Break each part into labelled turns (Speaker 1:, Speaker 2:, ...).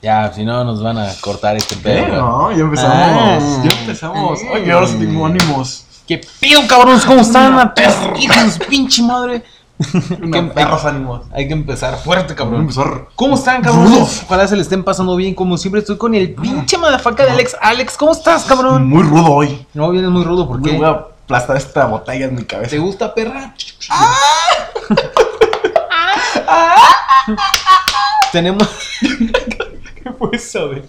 Speaker 1: Ya, si no nos van a cortar este
Speaker 2: ¿Qué?
Speaker 1: pedo.
Speaker 2: No, ya empezamos.
Speaker 1: Ah.
Speaker 2: Ya empezamos. Oye, ahora sí tengo ánimos.
Speaker 1: ¿Qué pedo, cabrones? ¿Cómo están? A tus hijos, pinche madre. Hay que,
Speaker 2: Una perros ánimos.
Speaker 1: hay que empezar fuerte,
Speaker 2: Vamos a
Speaker 1: cabrón.
Speaker 2: empezar.
Speaker 1: ¿Cómo están, cabrones?
Speaker 2: Rudos.
Speaker 1: Ojalá se le estén pasando bien. Como siempre, estoy con el pinche madafaca de Alex. Alex, ¿cómo estás, cabrón?
Speaker 2: Muy rudo hoy.
Speaker 1: No, vienes muy rudo, ¿por
Speaker 2: Me
Speaker 1: qué?
Speaker 2: voy a aplastar esta botella en mi cabeza.
Speaker 1: ¿Te gusta, perra? Tenemos.
Speaker 2: ¿Qué fue eso, güey?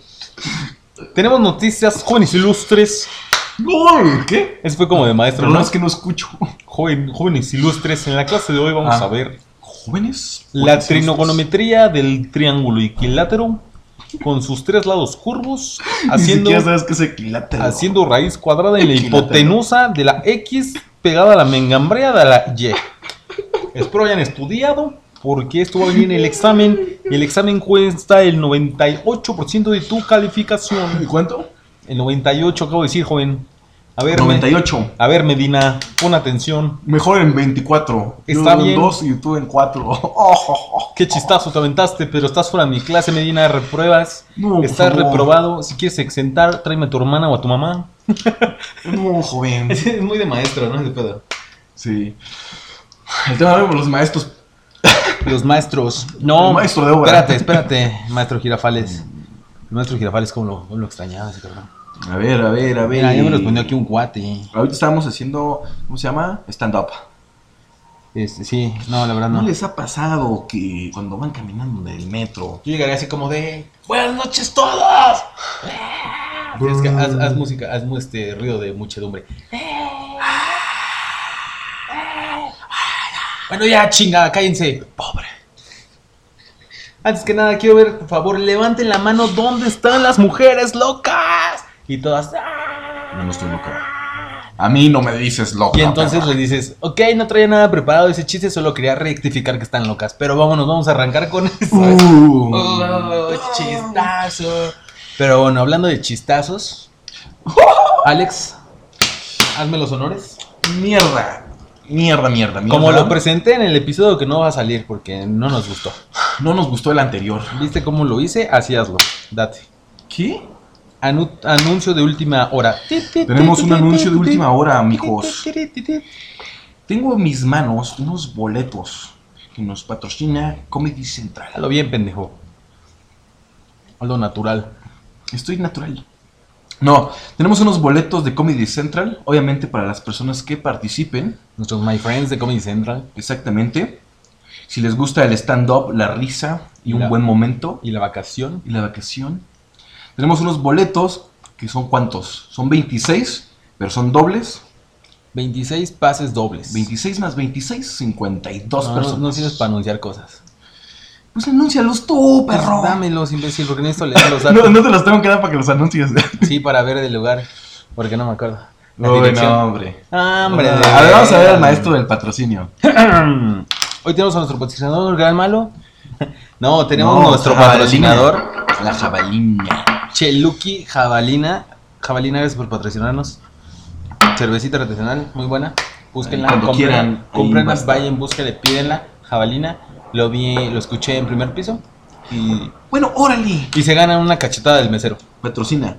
Speaker 1: Tenemos noticias jóvenes ilustres.
Speaker 2: ¡Gol! ¿Qué?
Speaker 1: Eso fue como de maestro,
Speaker 2: Pero no
Speaker 1: Ah, ¿no?
Speaker 2: es que no escucho.
Speaker 1: Joven- jóvenes ilustres. En la clase de hoy vamos
Speaker 2: Ah.
Speaker 1: a ver
Speaker 2: ¿Jóvenes?
Speaker 1: la trinogonometría del triángulo equilátero con sus tres lados curvos, haciendo,
Speaker 2: Ni siquiera sabes que es equilátero.
Speaker 1: haciendo raíz cuadrada en la
Speaker 2: Equilátero.
Speaker 1: hipotenusa de la X pegada a la mengambrea de la Y. Espero hayan estudiado. Porque esto va a venir en el examen. Y el examen cuesta el 98% de tu calificación.
Speaker 2: ¿Y cuánto?
Speaker 1: El 98, acabo de decir, joven. A ver, me-
Speaker 2: 98.
Speaker 1: A ver, Medina, pon atención.
Speaker 2: Mejor en 24.
Speaker 1: Está
Speaker 2: Yo en
Speaker 1: bien.
Speaker 2: 2 y tú en 4. Oh,
Speaker 1: Qué chistazo te aventaste, pero estás fuera de mi clase, Medina, repruebas.
Speaker 2: No, por
Speaker 1: estás
Speaker 2: favor.
Speaker 1: reprobado. Si quieres exentar, tráeme a tu hermana o a tu mamá.
Speaker 2: No, joven.
Speaker 1: Es muy de maestro, ¿no? De pedo.
Speaker 2: Sí. El tema de los maestros.
Speaker 1: Los maestros. No.
Speaker 2: El maestro de obra.
Speaker 1: Espérate, espérate, maestro Girafales. El maestro Girafales, ¿cómo lo, cómo lo extrañaba ese cabrón?
Speaker 2: A ver, a ver, a ver.
Speaker 1: Mira, ya me respondió aquí un cuate.
Speaker 2: Ahorita estábamos haciendo, ¿cómo se llama? Stand-up.
Speaker 1: Este, sí, no, la verdad
Speaker 2: ¿No
Speaker 1: no.
Speaker 2: les ha pasado que cuando van caminando del metro?
Speaker 1: Yo llegaría así como de Buenas noches todos. Tienes que- haz, haz música, haz mu- este ruido de muchedumbre. Bueno ya chinga, cállense. Pobre. Antes que nada quiero ver, por favor, levanten la mano dónde están las mujeres locas. Y todas. "Ah".
Speaker 2: No, no estoy loca. A mí no me dices loco.
Speaker 1: Y entonces le dices, ok, no traía nada preparado ese chiste, solo quería rectificar que están locas. Pero vámonos, vamos a arrancar con eso.
Speaker 2: Uh,
Speaker 1: Oh, chistazo. Pero bueno, hablando de chistazos, Alex, hazme los honores.
Speaker 2: Mierda. Mierda, mierda, mierda.
Speaker 1: Como lo presenté en el episodio que no va a salir porque no nos gustó.
Speaker 2: No nos gustó el anterior.
Speaker 1: ¿Viste cómo lo hice? Así hazlo. Date.
Speaker 2: ¿Qué?
Speaker 1: Anu- anuncio de última hora.
Speaker 2: Tenemos un anuncio de última hora, mijos. Tengo en mis manos unos boletos que nos patrocina Comedy Central.
Speaker 1: Hazlo bien, pendejo. Hazlo natural.
Speaker 2: Estoy natural. No, tenemos unos boletos de Comedy Central, obviamente para las personas que participen.
Speaker 1: Nuestros My Friends de Comedy Central
Speaker 2: Exactamente. Si les gusta el stand-up, la risa y un
Speaker 1: La-
Speaker 2: buen momento
Speaker 1: y la vacación.
Speaker 2: y la vacación. Tenemos unos boletos que son cuántos? Son 26, pero son dobles.
Speaker 1: 26 pases dobles.
Speaker 2: 26 más 26, 52
Speaker 1: no, no,
Speaker 2: personas.
Speaker 1: no sirves para anunciar cosas.
Speaker 2: Pues anúncialos tú,
Speaker 1: Pues
Speaker 2: perro.
Speaker 1: Dámelos, imbécil, porque necesito leer los datos.
Speaker 2: No, no te los tengo que dar para que los anuncies.
Speaker 1: Sí, para ver el lugar, porque no me acuerdo. La
Speaker 2: Uy,
Speaker 1: dirección.
Speaker 2: no, hombre.
Speaker 1: Ah, Hombre,
Speaker 2: a
Speaker 1: de-
Speaker 2: ver, vamos a ver al maestro del patrocinio.
Speaker 1: Hoy tenemos a nuestro patrocinador, Gran Malo. No, tenemos
Speaker 2: No,
Speaker 1: nuestro
Speaker 2: jabalina.
Speaker 1: patrocinador,
Speaker 2: La jabalina.
Speaker 1: Cheluki Jabalina. Jabalina, gracias por patrocinarnos. Cervecita artesanal, muy buena. Búsquenla,
Speaker 2: Cuando quieran,
Speaker 1: compren,
Speaker 2: ahí
Speaker 1: comprenla,
Speaker 2: va a estar.
Speaker 1: vayan, búsquenla, pídenla. Jabalina, lo vi, lo escuché en primer piso y,
Speaker 2: Bueno, órale.
Speaker 1: y se gana una cachetada del mesero.
Speaker 2: Patrocina.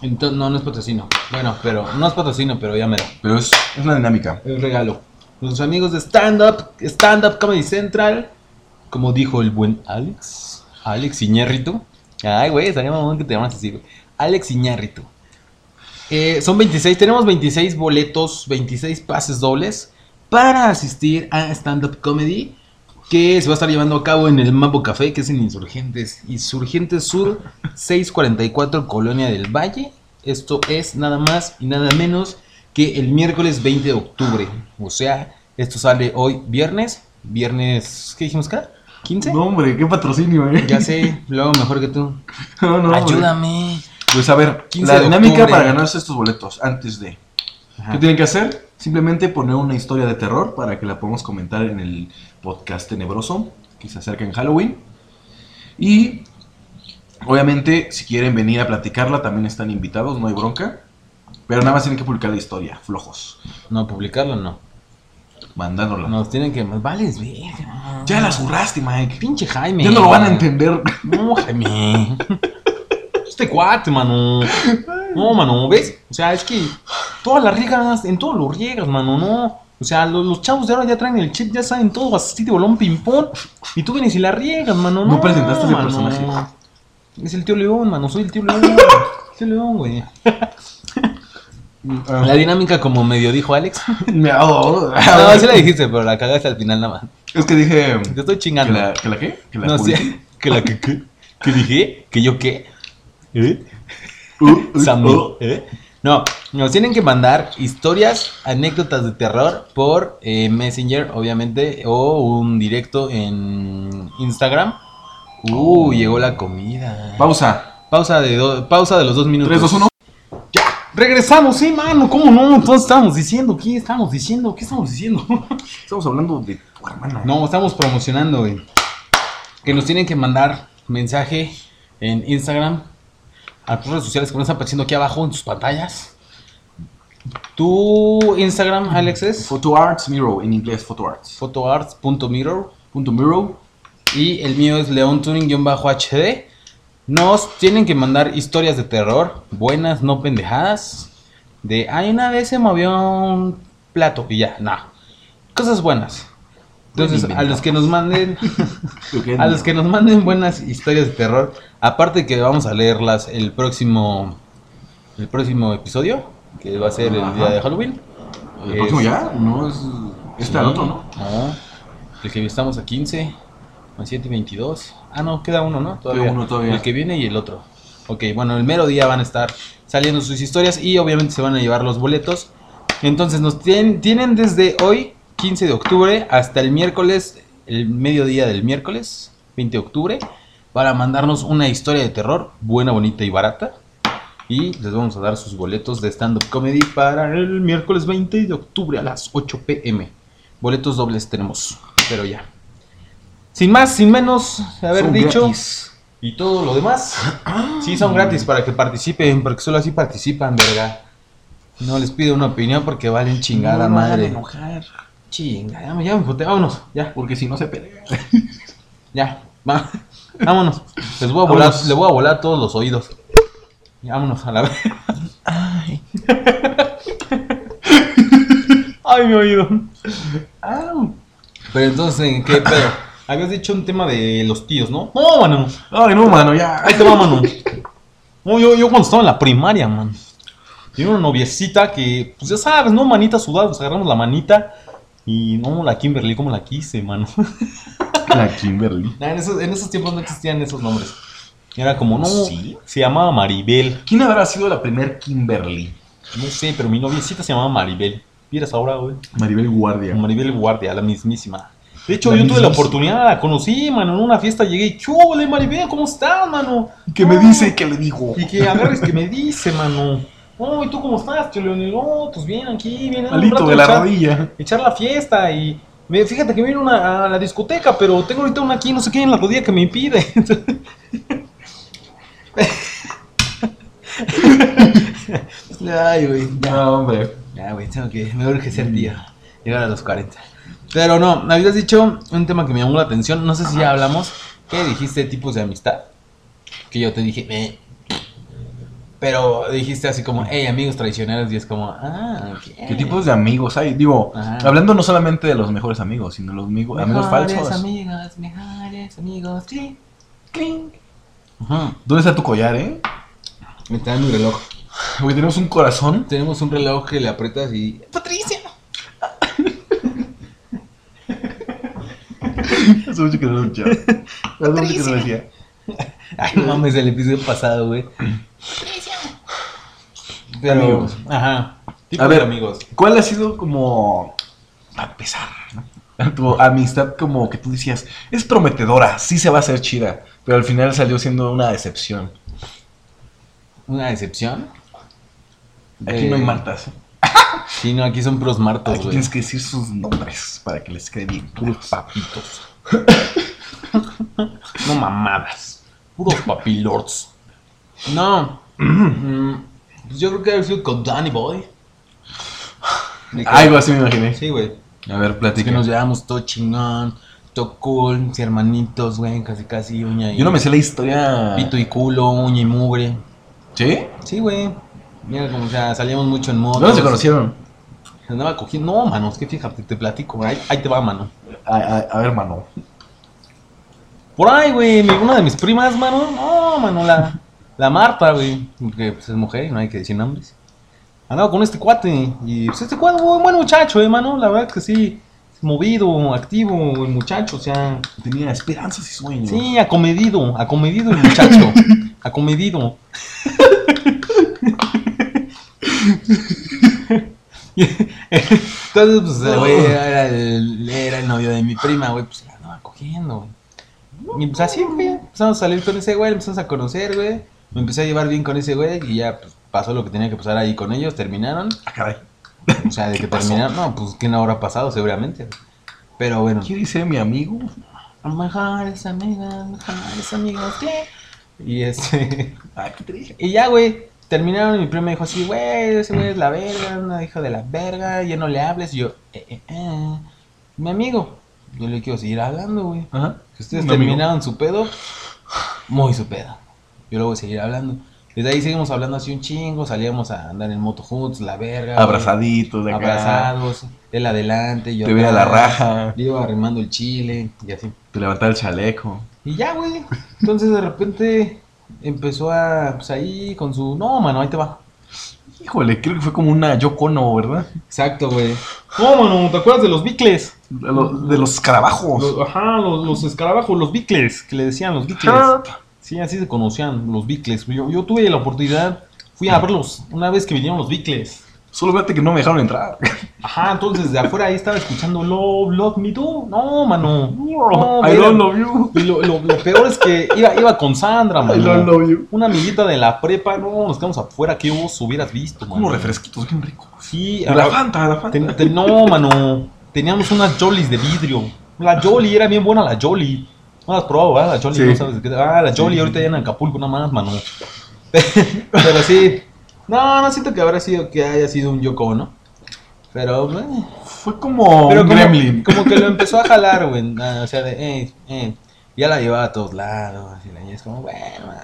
Speaker 1: Entonces, no, no es patrocino. Bueno, pero no es patrocino, pero ya me da.
Speaker 2: Pero es, es una dinámica.
Speaker 1: El regalo. Nuestros amigos de Stand Up, Stand Up Comedy Central, como dijo el buen Alex, Alex Iñárritu. Ay, güey, estaría mamón que te llamas así, güey. Alex Iñárritu. Eh, son 26, tenemos 26 boletos, 26 pases dobles para asistir a Stand Up Comedy que se va a estar llevando a cabo en el Mapo Café, que es en Insurgentes, Insurgentes Sur, 644 Colonia del Valle. Esto es nada más y nada menos que el miércoles 20 de octubre. O sea, esto sale hoy viernes, viernes, ¿qué dijimos acá? ¿15?
Speaker 2: No, hombre, qué patrocinio, eh.
Speaker 1: Ya sé, lo hago mejor que tú.
Speaker 2: No, no, hombre.
Speaker 1: Ayúdame.
Speaker 2: Pues a ver,
Speaker 1: 15
Speaker 2: la
Speaker 1: de
Speaker 2: dinámica
Speaker 1: octubre.
Speaker 2: para ganarse estos boletos antes de.
Speaker 1: Ajá.
Speaker 2: ¿Qué tienen que hacer? Simplemente poner una historia de terror para que la podamos comentar en el podcast tenebroso que se acerca en Halloween. Y obviamente, si quieren venir a platicarla, también están invitados, no hay bronca. Pero nada más tienen que publicar la historia, flojos.
Speaker 1: No, publicarlo no.
Speaker 2: mandándola.
Speaker 1: Nos tienen que. Vales, verga.
Speaker 2: Ya la zurraste, Mike.
Speaker 1: Pinche Jaime.
Speaker 2: Ya no lo van a entender.
Speaker 1: No, Jaime. este cuate, mano. No, mano, ¿ves? O sea, es que todas las riegas, en todo lo riegas, mano, no. O sea, lo- los, chavos de ahora ya traen el chip, ya saben todo, así de bolón ping-pong. Y tú vienes y la riegas, mano. No,
Speaker 2: No presentaste ese
Speaker 1: mano.
Speaker 2: personaje.
Speaker 1: Es el tío León, mano, soy el tío León. tío León, güey. La dinámica, como medio dijo Alex.
Speaker 2: Me ahogo.
Speaker 1: Ah, No, sí la dijiste, pero la cagaste al final nada más.
Speaker 2: Es que dije.
Speaker 1: Te estoy
Speaker 2: ¿Que
Speaker 1: chingando.
Speaker 2: la, ¿Que la qué? ¿Que la
Speaker 1: Ah, no
Speaker 2: publiqué?
Speaker 1: sé. ¿Que la que qué? ¿Que dije? ¿Que yo qué? ¿Eh?
Speaker 2: Uh, uh,
Speaker 1: Sammy,
Speaker 2: uh.
Speaker 1: ¿eh? No, nos tienen que mandar historias, anécdotas de terror por eh, Messenger, obviamente, o un directo en Instagram. Uh,
Speaker 2: Oh.
Speaker 1: llegó la comida.
Speaker 2: Pausa.
Speaker 1: Pausa de, do- pausa de los dos minutos.
Speaker 2: 3, 2, 1.
Speaker 1: Regresamos, sí, mano, ¿cómo no? Entonces estamos diciendo, ¿qué estamos diciendo? ¿Qué estamos diciendo?
Speaker 2: Estamos hablando de tu hermana.
Speaker 1: No, estamos promocionando, güey. Que nos tienen que mandar mensaje en Instagram, a las redes sociales que nos están apareciendo aquí abajo en sus pantallas. Tu Instagram, Alex, es
Speaker 2: Photo Arts Mirror, en inglés, Photo Arts.
Speaker 1: photoarts.mirror
Speaker 2: Punto Mirror.
Speaker 1: y el mío es leonturing-hd. Nos tienen que mandar historias de terror, buenas, no pendejadas. De, ay, una vez se movió un plato y ya, no. Cosas buenas. Entonces, a los que nos manden... A los Ah, que nos manden buenas historias de terror, aparte que vamos a leerlas el próximo el próximo episodio, que va a ser el día
Speaker 2: Ajá.
Speaker 1: de Halloween.
Speaker 2: ¿El próximo ya? No es. Este al
Speaker 1: Sí.
Speaker 2: otro, ¿no?
Speaker 1: No. El que estamos a 15, a 7 22. Ah, no, queda uno, ¿no? Todavía.
Speaker 2: uno todavía.
Speaker 1: El que viene y el otro. Ok, bueno, el mero día van a estar saliendo sus historias y obviamente se van a llevar los boletos. Entonces nos tienen, tienen desde hoy, 15 de octubre, hasta el miércoles, el mediodía del miércoles, 20 de octubre, para mandarnos una historia de terror buena, bonita y barata. Y les vamos a dar sus boletos de stand-up comedy para el miércoles 20 de octubre a las 8 pm. Boletos dobles tenemos, pero ya. Sin más, sin menos, haber
Speaker 2: Son
Speaker 1: dicho.
Speaker 2: gratis.
Speaker 1: Y todo lo demás. Sí, son gratis para que participen, porque solo así participan, verga. No les pido una opinión porque valen chingada
Speaker 2: No me hagan
Speaker 1: madre.
Speaker 2: enojar,
Speaker 1: Chinga, ya me, ya me puté, vámonos, ya,
Speaker 2: Porque si no se pelea.
Speaker 1: ya, va, vámonos. Les voy a volar,
Speaker 2: Vámonos.
Speaker 1: le voy a volar todos los oídos. Ya, Vámonos a la vez. Ay. Ay, mi oído. Au. Pero entonces, ¿en ¿qué pedo? Habías dicho un tema de los tíos, ¿no? No, mano.
Speaker 2: Ay, no, mano, ya.
Speaker 1: Ahí te va, mano. No, yo, yo cuando estaba en la primaria, man. Tenía una noviecita que, pues ya sabes, ¿no? Manita sudada, pues agarramos la manita. Y no, la Kimberly, como la quise, mano.
Speaker 2: La Kimberly.
Speaker 1: Nah, en, esos, en esos tiempos no existían esos nombres. Era como, no,
Speaker 2: ¿Sí?
Speaker 1: se llamaba Maribel.
Speaker 2: ¿Quién habrá sido la primer Kimberly?
Speaker 1: No sé, pero mi noviecita se llamaba Maribel. Vieras ahora, güey.
Speaker 2: Maribel Guardia.
Speaker 1: Maribel Guardia, la mismísima. De hecho,
Speaker 2: La
Speaker 1: yo tuve la
Speaker 2: mismísima.
Speaker 1: oportunidad, la conocí, mano. En una fiesta llegué, chule, Maribel, ¿cómo estás, mano?
Speaker 2: Que me
Speaker 1: No,
Speaker 2: dice que le digo.
Speaker 1: Y que agarres que me dice, mano. No, ¿y tú cómo estás, tío Leonel? No, pues bien, aquí, bien, un
Speaker 2: Alito
Speaker 1: rato
Speaker 2: de la
Speaker 1: echar,
Speaker 2: rodilla.
Speaker 1: echar la fiesta y... me- fíjate que vino una, a la discoteca, pero tengo ahorita una aquí, no sé qué, en la rodilla que me impide. Ay, güey.
Speaker 2: No, hombre.
Speaker 1: Ya, güey, tengo que... Me urge ser día.
Speaker 2: Mm.
Speaker 1: Llegar a los 40. Pero no, me habías dicho un tema que me llamó la atención. No sé si ya hablamos. ¿Qué dijiste? Tipos de amistad. Que yo te dije... "Eh". Pero dijiste así como, hey, amigos traicioneros. Y es como, ah, ok.
Speaker 2: ¿Qué tipos de amigos hay? Digo,
Speaker 1: Ajá.
Speaker 2: hablando no solamente de los mejores amigos, sino los amigos, amigos
Speaker 1: Mejores
Speaker 2: falsos.
Speaker 1: amigos, mejores amigos. Clink, clink. Ajá.
Speaker 2: ¿Dónde está tu collar, eh?
Speaker 1: Me está dando un reloj.
Speaker 2: Güey, tenemos un corazón.
Speaker 1: Tenemos un reloj que le aprietas y... ¡Patricia!
Speaker 2: Hace mucho que no lo escuchaba. Hace mucho que no lo decía.
Speaker 1: Ay, no mames, el episodio pasado, güey. Pero,
Speaker 2: Amigos.
Speaker 1: ajá. Tipo
Speaker 2: A ver.
Speaker 1: de amigos.
Speaker 2: ¿Cuál ha sido como, para empezar, ¿no? tu amistad como que tú decías, es prometedora, sí se va a hacer chida, pero al final salió siendo una decepción?
Speaker 1: Una decepción.
Speaker 2: Aquí
Speaker 1: Eh,
Speaker 2: no hay martas.
Speaker 1: Sí, no, aquí son pros martos,
Speaker 2: Aquí
Speaker 1: güey.
Speaker 2: tienes que decir sus nombres para que les quede bien.
Speaker 1: Puros papitos. no mamadas. Puros papilords. No. Mm, pues yo creo que ha sido con Danny Boy.
Speaker 2: Algo así me imaginé.
Speaker 1: Sí, güey.
Speaker 2: A ver,
Speaker 1: Así que
Speaker 2: platícanos
Speaker 1: nos llevamos todo chingón, todo cool, mis hermanitos, güey, casi casi uña y...
Speaker 2: Yo no me sé la historia.
Speaker 1: Pito y culo, uña y mugre.
Speaker 2: ¿Sí?
Speaker 1: Sí, güey. Mira, como, o sea, salíamos mucho en moto.
Speaker 2: ¿Dónde se conocieron?
Speaker 1: Andaba cogiendo... No, mano, es que fíjate, te platico, ahí, ahí te va, mano.
Speaker 2: A, a- a ver, mano.
Speaker 1: Por ahí, güey, mi- una de mis primas, mano. No, mano, la, la Marta, güey. Que pues, es mujer y no hay que decir nombres. Andaba con este cuate. Y pues este cuate, güey, buen muchacho, eh, mano. La verdad que sí. Movido, activo, el muchacho, o sea.
Speaker 2: Tenía esperanzas y sueños.
Speaker 1: Sí, acomedido, acomedido el muchacho. acomedido. Entonces, pues, el güey, era el, era el novio de mi prima, güey, pues la andaba cogiendo, güey. Y pues así, güey, empezamos a salir con ese güey, empezamos a conocer, güey. Me empecé a llevar bien con ese güey y ya pues, pasó lo que tenía que pasar ahí con ellos, terminaron.
Speaker 2: Ah, caray.
Speaker 1: O sea, de
Speaker 2: ¿Qué
Speaker 1: que
Speaker 2: pasó?
Speaker 1: terminaron, no, pues que no habrá pasado seguramente. güey. Pero bueno.
Speaker 2: ¿Qué dice mi amigo?
Speaker 1: A lo mejor es amiga, a lo mejor es amigo, ¿qué? Y este.
Speaker 2: Ay, Ah, qué triste.
Speaker 1: Y ya, güey. Terminaron y mi primo me dijo así, güey, ese güey es la verga, un hijo de la verga, ya no le hables. Y yo, eh, eh, eh, mi amigo. Yo le quiero seguir hablando, güey.
Speaker 2: Ajá.
Speaker 1: Si ustedes
Speaker 2: Un amigo.
Speaker 1: terminaron su pedo, muy su pedo. Yo lo voy a seguir hablando. Desde ahí seguimos hablando así un chingo, salíamos a andar en moto juntos, la verga. güey.
Speaker 2: Abrazaditos de acá.
Speaker 1: Abrazados, él adelante, yo
Speaker 2: Te veía la
Speaker 1: atrás.
Speaker 2: raja.
Speaker 1: Yo iba arrimando el chile y así.
Speaker 2: Te levantaba el chaleco.
Speaker 1: Y ya, güey. Entonces de repente empezó a, pues ahí con su, no, mano, ahí te va.
Speaker 2: Híjole, creo que fue como una Yocono, ¿verdad?
Speaker 1: Exacto, güey. No, mano, ¿te acuerdas de los bicles?
Speaker 2: De los, de los escarabajos.
Speaker 1: Los- ajá, los, los escarabajos, los bicles, que le decían los bicles.
Speaker 2: Ah,
Speaker 1: Sí, así se conocían, los bicles. Yo, yo tuve la oportunidad, fui a verlos una vez que vinieron los bicles.
Speaker 2: Solo fíjate que no me dejaron entrar.
Speaker 1: Ajá, entonces de afuera ahí estaba escuchando Love, Love Me Do. No, mano. No,
Speaker 2: I
Speaker 1: mira.
Speaker 2: don't love you.
Speaker 1: Y lo, lo- lo peor es que iba, iba con Sandra,
Speaker 2: I don't
Speaker 1: mano.
Speaker 2: love you.
Speaker 1: Una amiguita de la prepa, no, nos quedamos afuera, qué oso hubieras visto, mano.
Speaker 2: Unos refresquitos bien ricos.
Speaker 1: Sí,
Speaker 2: La
Speaker 1: ah,
Speaker 2: Fanta, la Fanta.
Speaker 1: ten- ten- no, mano. Teníamos unas Jollies de vidrio. La Jolly era bien buena, la Jolly. No las probaba, ¿verdad? La Jolly,
Speaker 2: Sí.
Speaker 1: no sabes de qué. Ah, la Jolly
Speaker 2: Sí.
Speaker 1: ahorita ya en Acapulco, nada más, mano. Pero sí. No, no siento que habrá sido que haya sido un Yoko, ¿no? Pero, eh,
Speaker 2: Fue como
Speaker 1: pero
Speaker 2: un
Speaker 1: como,
Speaker 2: gremlin.
Speaker 1: como que lo empezó a jalar, güey. Ah, O sea, de, eh, eh. Ya la llevaba a todos lados. Y la niña es como, bueno, mames.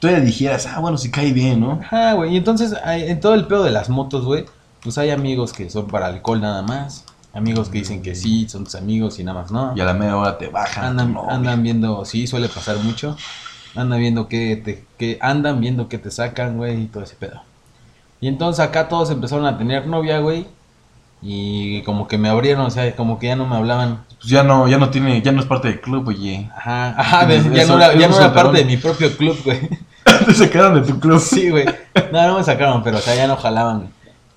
Speaker 2: Tú le dijeras, ah, bueno, si cae bien, ¿no?
Speaker 1: Ajá, güey. Y entonces, ay, en todo el pedo de las motos, güey, pues hay amigos que son para alcohol nada más. Amigos que dicen que sí, son tus amigos y nada más, ¿no?
Speaker 2: Y a la media hora te bajan.
Speaker 1: Andan,
Speaker 2: no,
Speaker 1: andan viendo, sí, suele pasar mucho. Andan viendo que te, que andan viendo que te sacan, güey, y todo ese pedo. Y entonces acá todos empezaron a tener novia, güey. Y como que me abrieron, o sea, como que ya no me hablaban.
Speaker 2: Pues ya no, ya no tiene, ya no es parte del club, oye.
Speaker 1: Ajá, ajá,
Speaker 2: Tienes
Speaker 1: de- ya,
Speaker 2: eso,
Speaker 1: no era, ya
Speaker 2: tienes
Speaker 1: no era
Speaker 2: solterón.
Speaker 1: parte de mi propio club, güey.
Speaker 2: Te sacaron de tu club.
Speaker 1: Sí, güey. No, no me sacaron, pero o sea, ya no jalaban. güey.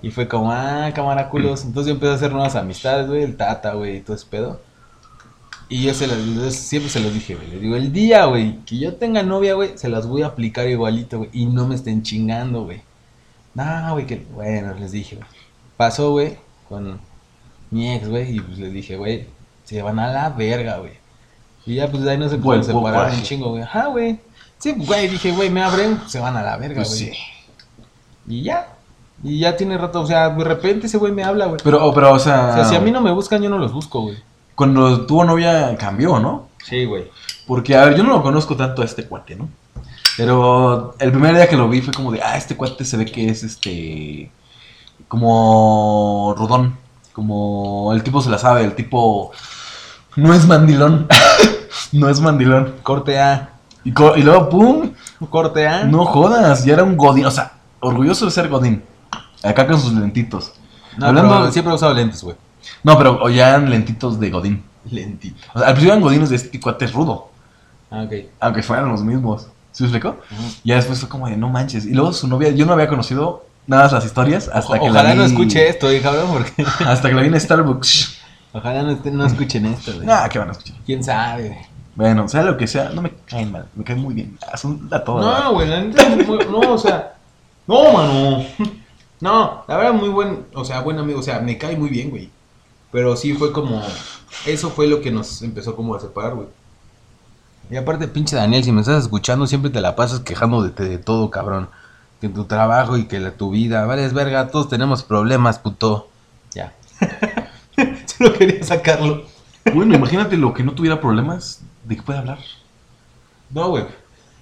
Speaker 1: Y fue como, ah, cámara culos. Entonces yo empecé a hacer nuevas amistades, güey, el tata, güey, y todo ese pedo. Y yo se las, yo siempre se los dije, güey. Les digo, el día, güey, que yo tenga novia, güey, se las voy a aplicar igualito, güey. Y no me estén chingando, güey. No, güey, que. Bueno, les dije, güey. Pasó, güey, con mi ex, güey, y pues les dije, güey, se van a la verga, güey. Y ya, pues de ahí no se
Speaker 2: Buen-
Speaker 1: pueden separar
Speaker 2: buen
Speaker 1: un chingo, güey. Ajá, güey. Sí, güey, dije, güey, me abren, se van a la verga,
Speaker 2: Pues
Speaker 1: güey.
Speaker 2: sí.
Speaker 1: Y ya. Y ya tiene rato, o sea, de repente ese güey me habla, güey.
Speaker 2: Pero, oh, pero, o sea,
Speaker 1: O sea, si a mí no me buscan, yo no los busco, güey.
Speaker 2: cuando tuvo novia cambió, ¿no?
Speaker 1: Sí, güey.
Speaker 2: Porque, a ver, yo no lo conozco tanto a este cuate, ¿no? Pero el primer día que lo vi fue como de, ah, este cuate se ve que es este. como. Rodón. Como. el tipo se la sabe, el tipo. no es mandilón. no es mandilón.
Speaker 1: Corte A.
Speaker 2: Y, co- y luego, pum,
Speaker 1: Corte A.
Speaker 2: No jodas, ya era un godín, o sea, orgulloso de ser godín. Acá con sus lentitos.
Speaker 1: No,
Speaker 2: Hablando-
Speaker 1: pero siempre he usado lentes, güey.
Speaker 2: No, pero o ya eran lentitos de godín.
Speaker 1: Lentito.
Speaker 2: O sea, al principio eran godines de este cuate rudo,
Speaker 1: Ah, ok.
Speaker 2: aunque fueran los mismos. ¿Sí me explicó? Ya después fue como de no manches. Y luego su novia, yo no había conocido nada más las historias hasta que la
Speaker 1: Ojalá
Speaker 2: vi-
Speaker 1: no escuche esto, eh, cabrón, porque.
Speaker 2: Hasta que la vi en Starbucks.
Speaker 1: Ojalá no, esté- no escuchen esto, güey.
Speaker 2: Ah, que van a escuchar.
Speaker 1: ¿Quién sabe, güey?
Speaker 2: Bueno, sea lo que sea, no me caen mal, me caen muy bien. Ah, Son a todo. dar.
Speaker 1: No, güey, la neta, es muy- no, o sea, no, mano. No, la verdad, muy buen, o sea, buen amigo, o sea, me cae muy bien, güey. Pero sí fue como, eso fue lo que nos empezó como a separar, güey. Y aparte, pinche Daniel, si me estás escuchando, siempre te la pasas quejándote de todo, cabrón. Que tu trabajo y que la, tu vida, vales verga, todos tenemos problemas, puto. Ya. Solo quería sacarlo.
Speaker 2: Bueno, imagínate lo que no tuviera problemas, ¿de qué puede hablar?
Speaker 1: No, güey.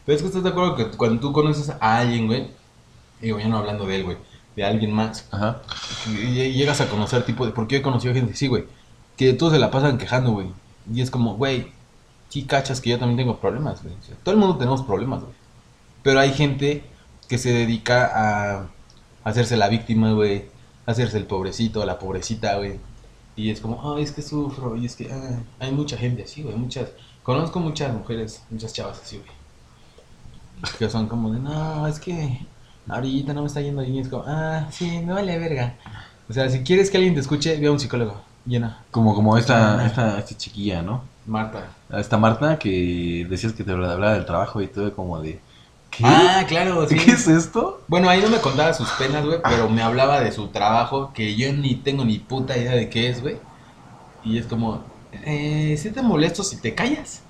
Speaker 1: Pero es que estás de acuerdo que cuando tú conoces a alguien, güey. Digo, ya no hablando de él, güey. De alguien más.
Speaker 2: Ajá.
Speaker 1: Y- y llegas a conocer tipo de. Porque yo he conocido gente, sí, güey. Que todos se la pasan quejando, güey. Y es como, güey, sí cachas que yo también tengo problemas, güey. O sea, todo el mundo tenemos problemas, güey. Pero hay gente que se dedica a hacerse la víctima, güey. Hacerse el pobrecito, la pobrecita, güey. Y es como, ay, es que sufro. Y es que ah, hay mucha gente así, güey. Muchas. Conozco muchas mujeres, muchas chavas así, güey. Que son como de, no, es que ahorita no me está yendo bien. Y es como, ah, sí, me vale verga. O sea, si quieres que alguien te escuche, ve a un psicólogo. Llena.
Speaker 2: Como, como
Speaker 1: Ah.
Speaker 2: esta, esta, esta chiquilla, ¿no?
Speaker 1: Marta.
Speaker 2: Esta Marta que decías que te hablaba del trabajo y todo como de... ¿Qué?
Speaker 1: Ah, claro, sí.
Speaker 2: ¿Qué es Ah. esto?
Speaker 1: Bueno, ahí no me contaba sus penas, güey, pero me hablaba de su trabajo, que yo ni tengo ni puta idea de qué es, güey. Y es como, eh, ¿sí te molesto si te callas?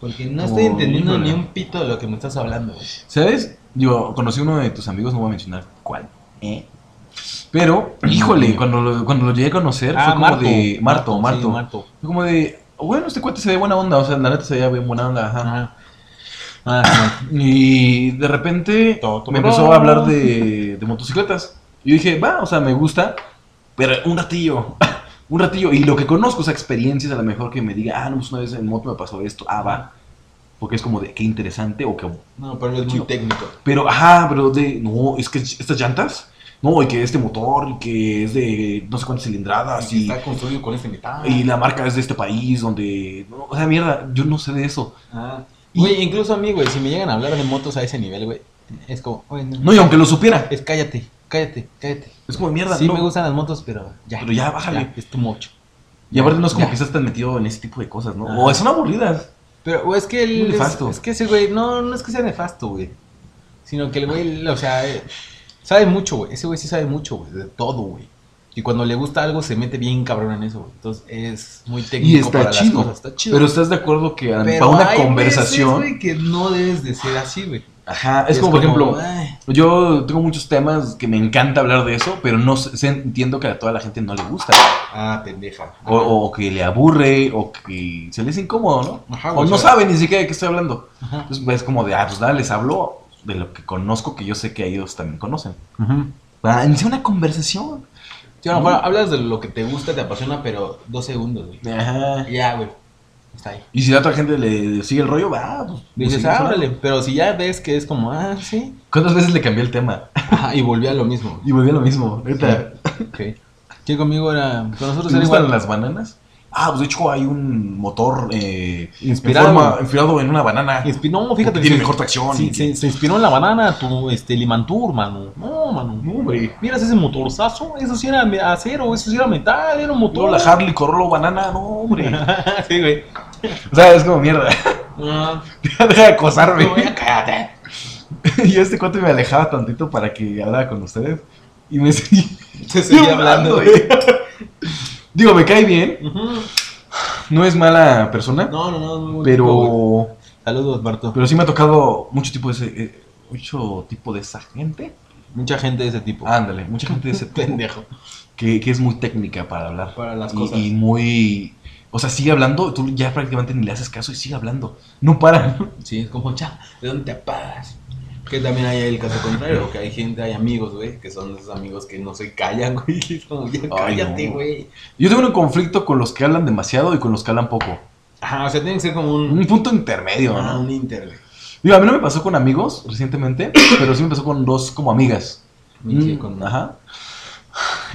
Speaker 1: Porque no estoy
Speaker 2: Oh,
Speaker 1: entendiendo
Speaker 2: híjole.
Speaker 1: ni un pito de lo que me estás hablando, güey.
Speaker 2: ¿Sabes? Yo conocí uno de tus amigos, no voy a mencionar cuál. ¿eh? Pero, híjole, cuando lo, cuando lo llegué a conocer fue como de... Marto, Marto.
Speaker 1: Ah, sí, Marto.
Speaker 2: Fue como de... Bueno, este cuate se ve buena onda, o sea, la neta se veía bien buena onda, ajá.
Speaker 1: Ajá. Ah,
Speaker 2: Y de repente
Speaker 1: Todo, todo,
Speaker 2: me
Speaker 1: todo.
Speaker 2: empezó a hablar de, de motocicletas. Y yo dije, va, o sea, me gusta, pero un ratillo. Un ratillo. Y lo que conozco, o sea, experiencias a lo mejor que me diga, ah, no, pues una vez en moto me pasó esto, ah, va. Porque es como de, qué interesante, o que...
Speaker 1: no, pero es muy
Speaker 2: Chido.
Speaker 1: técnico.
Speaker 2: Pero, ajá, pero de, no, es que estas llantas, no, y que este motor, y que es de no sé cuántas cilindradas,
Speaker 1: Así
Speaker 2: y,
Speaker 1: está construido con este metal.
Speaker 2: Ah, y la marca es de este país, donde... no, o sea, mierda, yo no sé de eso.
Speaker 1: Ah.
Speaker 2: Y-
Speaker 1: Güey, incluso a mí, güey, si me llegan a hablar de motos a ese nivel, güey, es como, güey, no,
Speaker 2: No, y aunque lo supiera,
Speaker 1: es cállate, cállate, cállate.
Speaker 2: es como mierda,
Speaker 1: Sí
Speaker 2: no.
Speaker 1: me gustan las motos, pero ya.
Speaker 2: Pero ya, bájale.
Speaker 1: ya, es tu mocho.
Speaker 2: Y aparte no es como
Speaker 1: Ya.
Speaker 2: que estás tan metido en ese tipo de cosas, ¿no?
Speaker 1: Ajá.
Speaker 2: O son aburridas.
Speaker 1: Pero o es que él
Speaker 2: Muy
Speaker 1: es-
Speaker 2: nefasto.
Speaker 1: Es, que ese güey, no, no es que sea nefasto, güey. Sino que el güey, o sea, eh, sabe mucho, güey. Ese güey sí sabe mucho, güey, de todo, güey. Y cuando le gusta algo se mete bien cabrón en eso, güey. Entonces es muy técnico
Speaker 2: Y está
Speaker 1: para las
Speaker 2: chido,
Speaker 1: cosas. Está chido.
Speaker 2: Pero estás de acuerdo que a-
Speaker 1: Pero
Speaker 2: para una
Speaker 1: hay
Speaker 2: conversación.
Speaker 1: veces, güey, que no debes de ser así, güey.
Speaker 2: ajá, es, como, por ejemplo,
Speaker 1: ay,
Speaker 2: yo tengo muchos temas que me encanta hablar de eso, pero no sé- sé- entiendo que a toda la gente no le gusta.
Speaker 1: ah, pendeja.
Speaker 2: O, o que le aburre, o que se les incómodo, ¿no?
Speaker 1: Ajá,
Speaker 2: o
Speaker 1: Ah, güey,
Speaker 2: no
Speaker 1: o sea-
Speaker 2: sabe ni siquiera de qué estoy hablando.
Speaker 1: Ajá.
Speaker 2: Entonces pues, es como de, ah, pues nada, les hablo de lo que conozco que yo sé que ellos también conocen. Para iniciar una conversación.
Speaker 1: Sí, a lo mejor hablas de lo que te gusta, te apasiona, pero dos segundos, güey.
Speaker 2: Ajá.
Speaker 1: Ya, güey. Está ahí.
Speaker 2: Y si la otra gente le sigue el rollo, va, pues.
Speaker 1: Dices,
Speaker 2: seguimos
Speaker 1: ah,
Speaker 2: hablando.
Speaker 1: órale, pero si ya ves que es como, ah, sí.
Speaker 2: ¿Cuántas veces le cambié el tema?
Speaker 1: Ajá, y volví a lo mismo.
Speaker 2: Y volvió lo mismo. Ahorita,
Speaker 1: Ok. Que conmigo era, con nosotros
Speaker 2: ¿Te
Speaker 1: era
Speaker 2: gustan
Speaker 1: igual.
Speaker 2: las bananas? Ah, pues de hecho hay un motor eh,
Speaker 1: Inspirado.
Speaker 2: En forma- inspirado en una banana.
Speaker 1: Inspi- No,
Speaker 2: Fíjate,
Speaker 1: fíjate.
Speaker 2: tiene
Speaker 1: se-
Speaker 2: mejor tracción.
Speaker 1: sí, se, se inspiró en la banana, tu este, limantur, mano. No, mano.
Speaker 2: No, hombre.
Speaker 1: Miras ese motorzazo, eso sí era me- acero, eso sí era metal, era un
Speaker 2: Todo
Speaker 1: motor.
Speaker 2: la Harley Corolo banana, no, hombre.
Speaker 1: sí, güey.
Speaker 2: o sea, es como mierda.
Speaker 1: Ah,
Speaker 2: Deja de acosarme.
Speaker 1: no, ya cállate.
Speaker 2: y este cuate me alejaba tantito para que hablara con ustedes. Y me seguía
Speaker 1: Se seguía hablando, güey.
Speaker 2: Digo, me cae bien.
Speaker 1: Ujú.
Speaker 2: No es mala persona.
Speaker 1: No, no, no. es muy
Speaker 2: pero.
Speaker 1: tipo, güey. Saludos, Marto.
Speaker 2: Pero sí me ha tocado mucho tipo de ese, eh, mucho tipo de esa gente.
Speaker 1: Mucha gente de ese tipo.
Speaker 2: Ándale, mucha gente de ese tipo
Speaker 1: pendejo.
Speaker 2: que, que es muy técnica para hablar.
Speaker 1: Para las
Speaker 2: Y-
Speaker 1: cosas.
Speaker 2: Y, muy. O sea, sigue hablando, tú ya prácticamente ni le haces caso y sigue hablando. No para.
Speaker 1: Sí, es como, cha, ¿de dónde te apagas? Que también hay el caso contrario, que hay gente, hay amigos, güey, que son esos amigos que no se callan, güey. y Es como, ya
Speaker 2: Ay,
Speaker 1: cállate,
Speaker 2: no.
Speaker 1: güey.
Speaker 2: Yo tengo un conflicto con los que hablan demasiado y con los que hablan poco.
Speaker 1: Ajá, o sea, tiene que ser como un,
Speaker 2: Un punto intermedio,
Speaker 1: ah,
Speaker 2: ¿no?
Speaker 1: un inter, güey.
Speaker 2: Digo, a mí no me pasó con amigos recientemente, pero sí me pasó con dos como amigas.
Speaker 1: Sí,
Speaker 2: Mm,
Speaker 1: con-
Speaker 2: Ajá.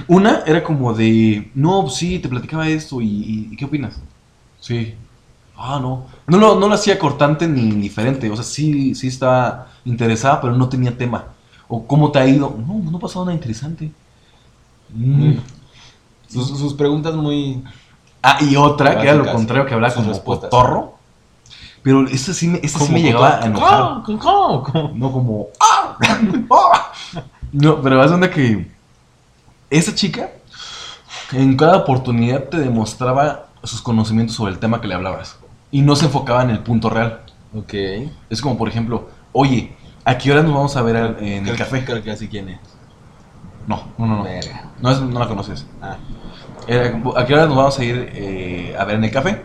Speaker 2: Una era como de, no, pues sí, te platicaba esto y, y- ¿y ¿qué opinas? Sí. Ah, no. No lo, no lo hacía cortante ni diferente. O sea, sí, sí estaba interesada, pero no tenía tema. O cómo te ha ido. No, pues no ha pasado nada interesante. Mm.
Speaker 1: Mm. Sus, sus preguntas muy...
Speaker 2: Ah, y otra, que era lo
Speaker 1: Básicas.
Speaker 2: contrario, que hablaba
Speaker 1: Sus
Speaker 2: como
Speaker 1: respuestas.
Speaker 2: cotorro. Pero esa sí me, esa sí
Speaker 1: como
Speaker 2: me llegaba a
Speaker 1: cotorro. ¿Cómo?
Speaker 2: enojar.
Speaker 1: ¿Cómo? ¿Cómo?
Speaker 2: No como. "Ah, ah". No, pero vas onda que. Esa chica. En cada oportunidad te demostraba sus conocimientos sobre el tema que le hablabas. Y no se enfocaba en el punto real.
Speaker 1: Ok.
Speaker 2: Es como, por ejemplo, oye, ¿a qué hora nos vamos a ver al- en el
Speaker 1: Creo-
Speaker 2: café?
Speaker 1: Creo que así quién es.
Speaker 2: No, no, no. No,
Speaker 1: Verga.
Speaker 2: no, es- no la conoces.
Speaker 1: Ah,
Speaker 2: Eh, ¿A qué hora nos vamos a ir eh, a ver en el café?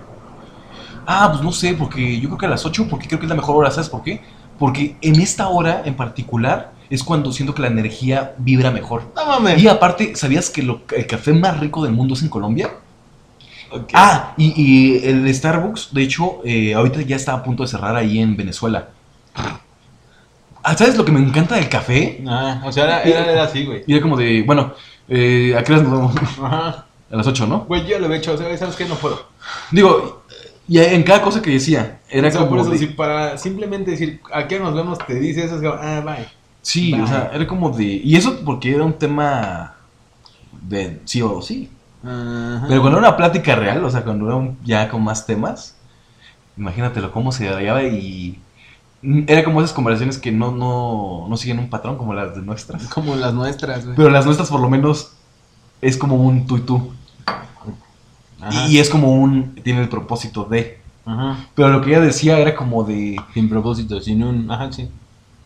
Speaker 2: Ah, pues no sé, porque yo creo que a las 8, porque creo que es la mejor hora, ¿sabes por qué? Porque en esta hora en particular es cuando siento que la energía vibra mejor.
Speaker 1: No mames.
Speaker 2: Y aparte, ¿sabías que lo- el café más rico del mundo es en Colombia?
Speaker 1: Ok.
Speaker 2: Ah, y, y el Starbucks, de hecho, eh, ahorita ya está a punto de cerrar ahí en Venezuela. Ah, ¿Sabes lo que me encanta del café?
Speaker 1: Ah, o sea, era, era, era así, güey.
Speaker 2: Y era como de, bueno, eh, ¿a qué hora nos vamos?
Speaker 1: Ajá.
Speaker 2: A las 8, ¿no?
Speaker 1: Güey, yo lo he hecho, o sea, ¿sabes qué? No puedo.
Speaker 2: Digo, y en cada cosa que decía, era
Speaker 1: O sea, por
Speaker 2: como
Speaker 1: eso,
Speaker 2: de-
Speaker 1: si para simplemente decir a qué hora nos vemos, te dice eso, es como, ah, bye.
Speaker 2: Sí,
Speaker 1: Bye.
Speaker 2: o sea, era como de. Y eso porque era un tema de sí o sí.
Speaker 1: Ajá.
Speaker 2: Pero cuando era una plática real, o sea, cuando era un- ya con más temas, imagínatelo cómo se rayaba y. mm, Era como esas conversaciones que no, no, no siguen un patrón como las de nuestras.
Speaker 1: Como las nuestras, güey.
Speaker 2: Pero las nuestras, por lo menos, es como un tú y tú.
Speaker 1: Ajá.
Speaker 2: Y es como un. Tiene el propósito de.
Speaker 1: Ajá.
Speaker 2: Pero lo que ella decía era como de.
Speaker 1: Sin propósito, sin un. Ajá, sí.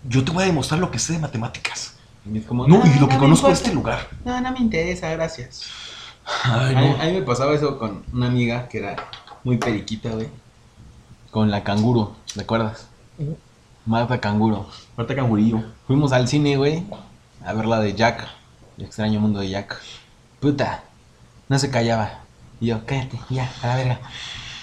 Speaker 2: Yo te voy a demostrar lo que sé de matemáticas.
Speaker 1: Y es como,
Speaker 2: No,
Speaker 1: "Ah,
Speaker 2: y lo que
Speaker 1: me
Speaker 2: conozco de
Speaker 1: importa".
Speaker 2: este lugar.
Speaker 1: No, no me interesa, gracias.
Speaker 2: Ay,
Speaker 1: a, mí,
Speaker 2: no.
Speaker 1: a mí me pasaba eso con una amiga que era muy periquita, güey. Con la canguro, ¿te acuerdas? Marta Canguro.
Speaker 2: Marta Cangurillo.
Speaker 1: Fuimos al cine, güey, a ver la de Jack, el extraño mundo de Jack. Puta, no se callaba. Y yo, cállate, ya, a la verga.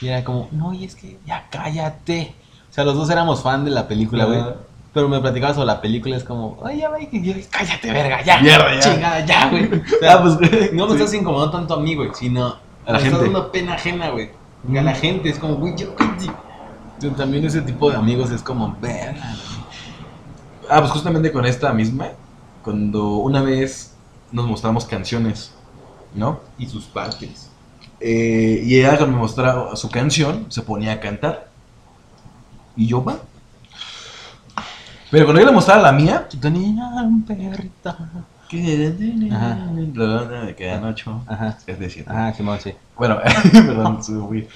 Speaker 1: Y era como, no, y es que, ya, cállate. O sea, los dos éramos fan de la película, güey.
Speaker 2: Ajá.
Speaker 1: Pero me platicaba sobre la película, es como, ay, ya, güey, que yo, cállate, verga, ya.
Speaker 2: Mierda, ya.
Speaker 1: Chingada, ya, güey. O sea,
Speaker 2: Ah, pues,
Speaker 1: no me
Speaker 2: sí.
Speaker 1: estás incomodando tanto a mí, güey, sino
Speaker 2: A la
Speaker 1: me estás
Speaker 2: gente.
Speaker 1: dando pena ajena, güey. Y A la gente es como, güey, yo qué di-". Entonces, También ese tipo de amigos es como, verga.
Speaker 2: Ah, pues justamente con esta misma, cuando una vez nos mostramos canciones, ¿no?
Speaker 1: Y sus partes.
Speaker 2: Eh, y ella cuando me mostraba su canción, se ponía a cantar. Y yo, va. Pero cuando yo le mostraba la mía,
Speaker 1: Tenía un perrito.
Speaker 2: Ajá. la dona de que anoche,
Speaker 1: Ajá.
Speaker 2: es decir,
Speaker 1: Ajá, Simón, sí.
Speaker 2: bueno, perdón, soy muy-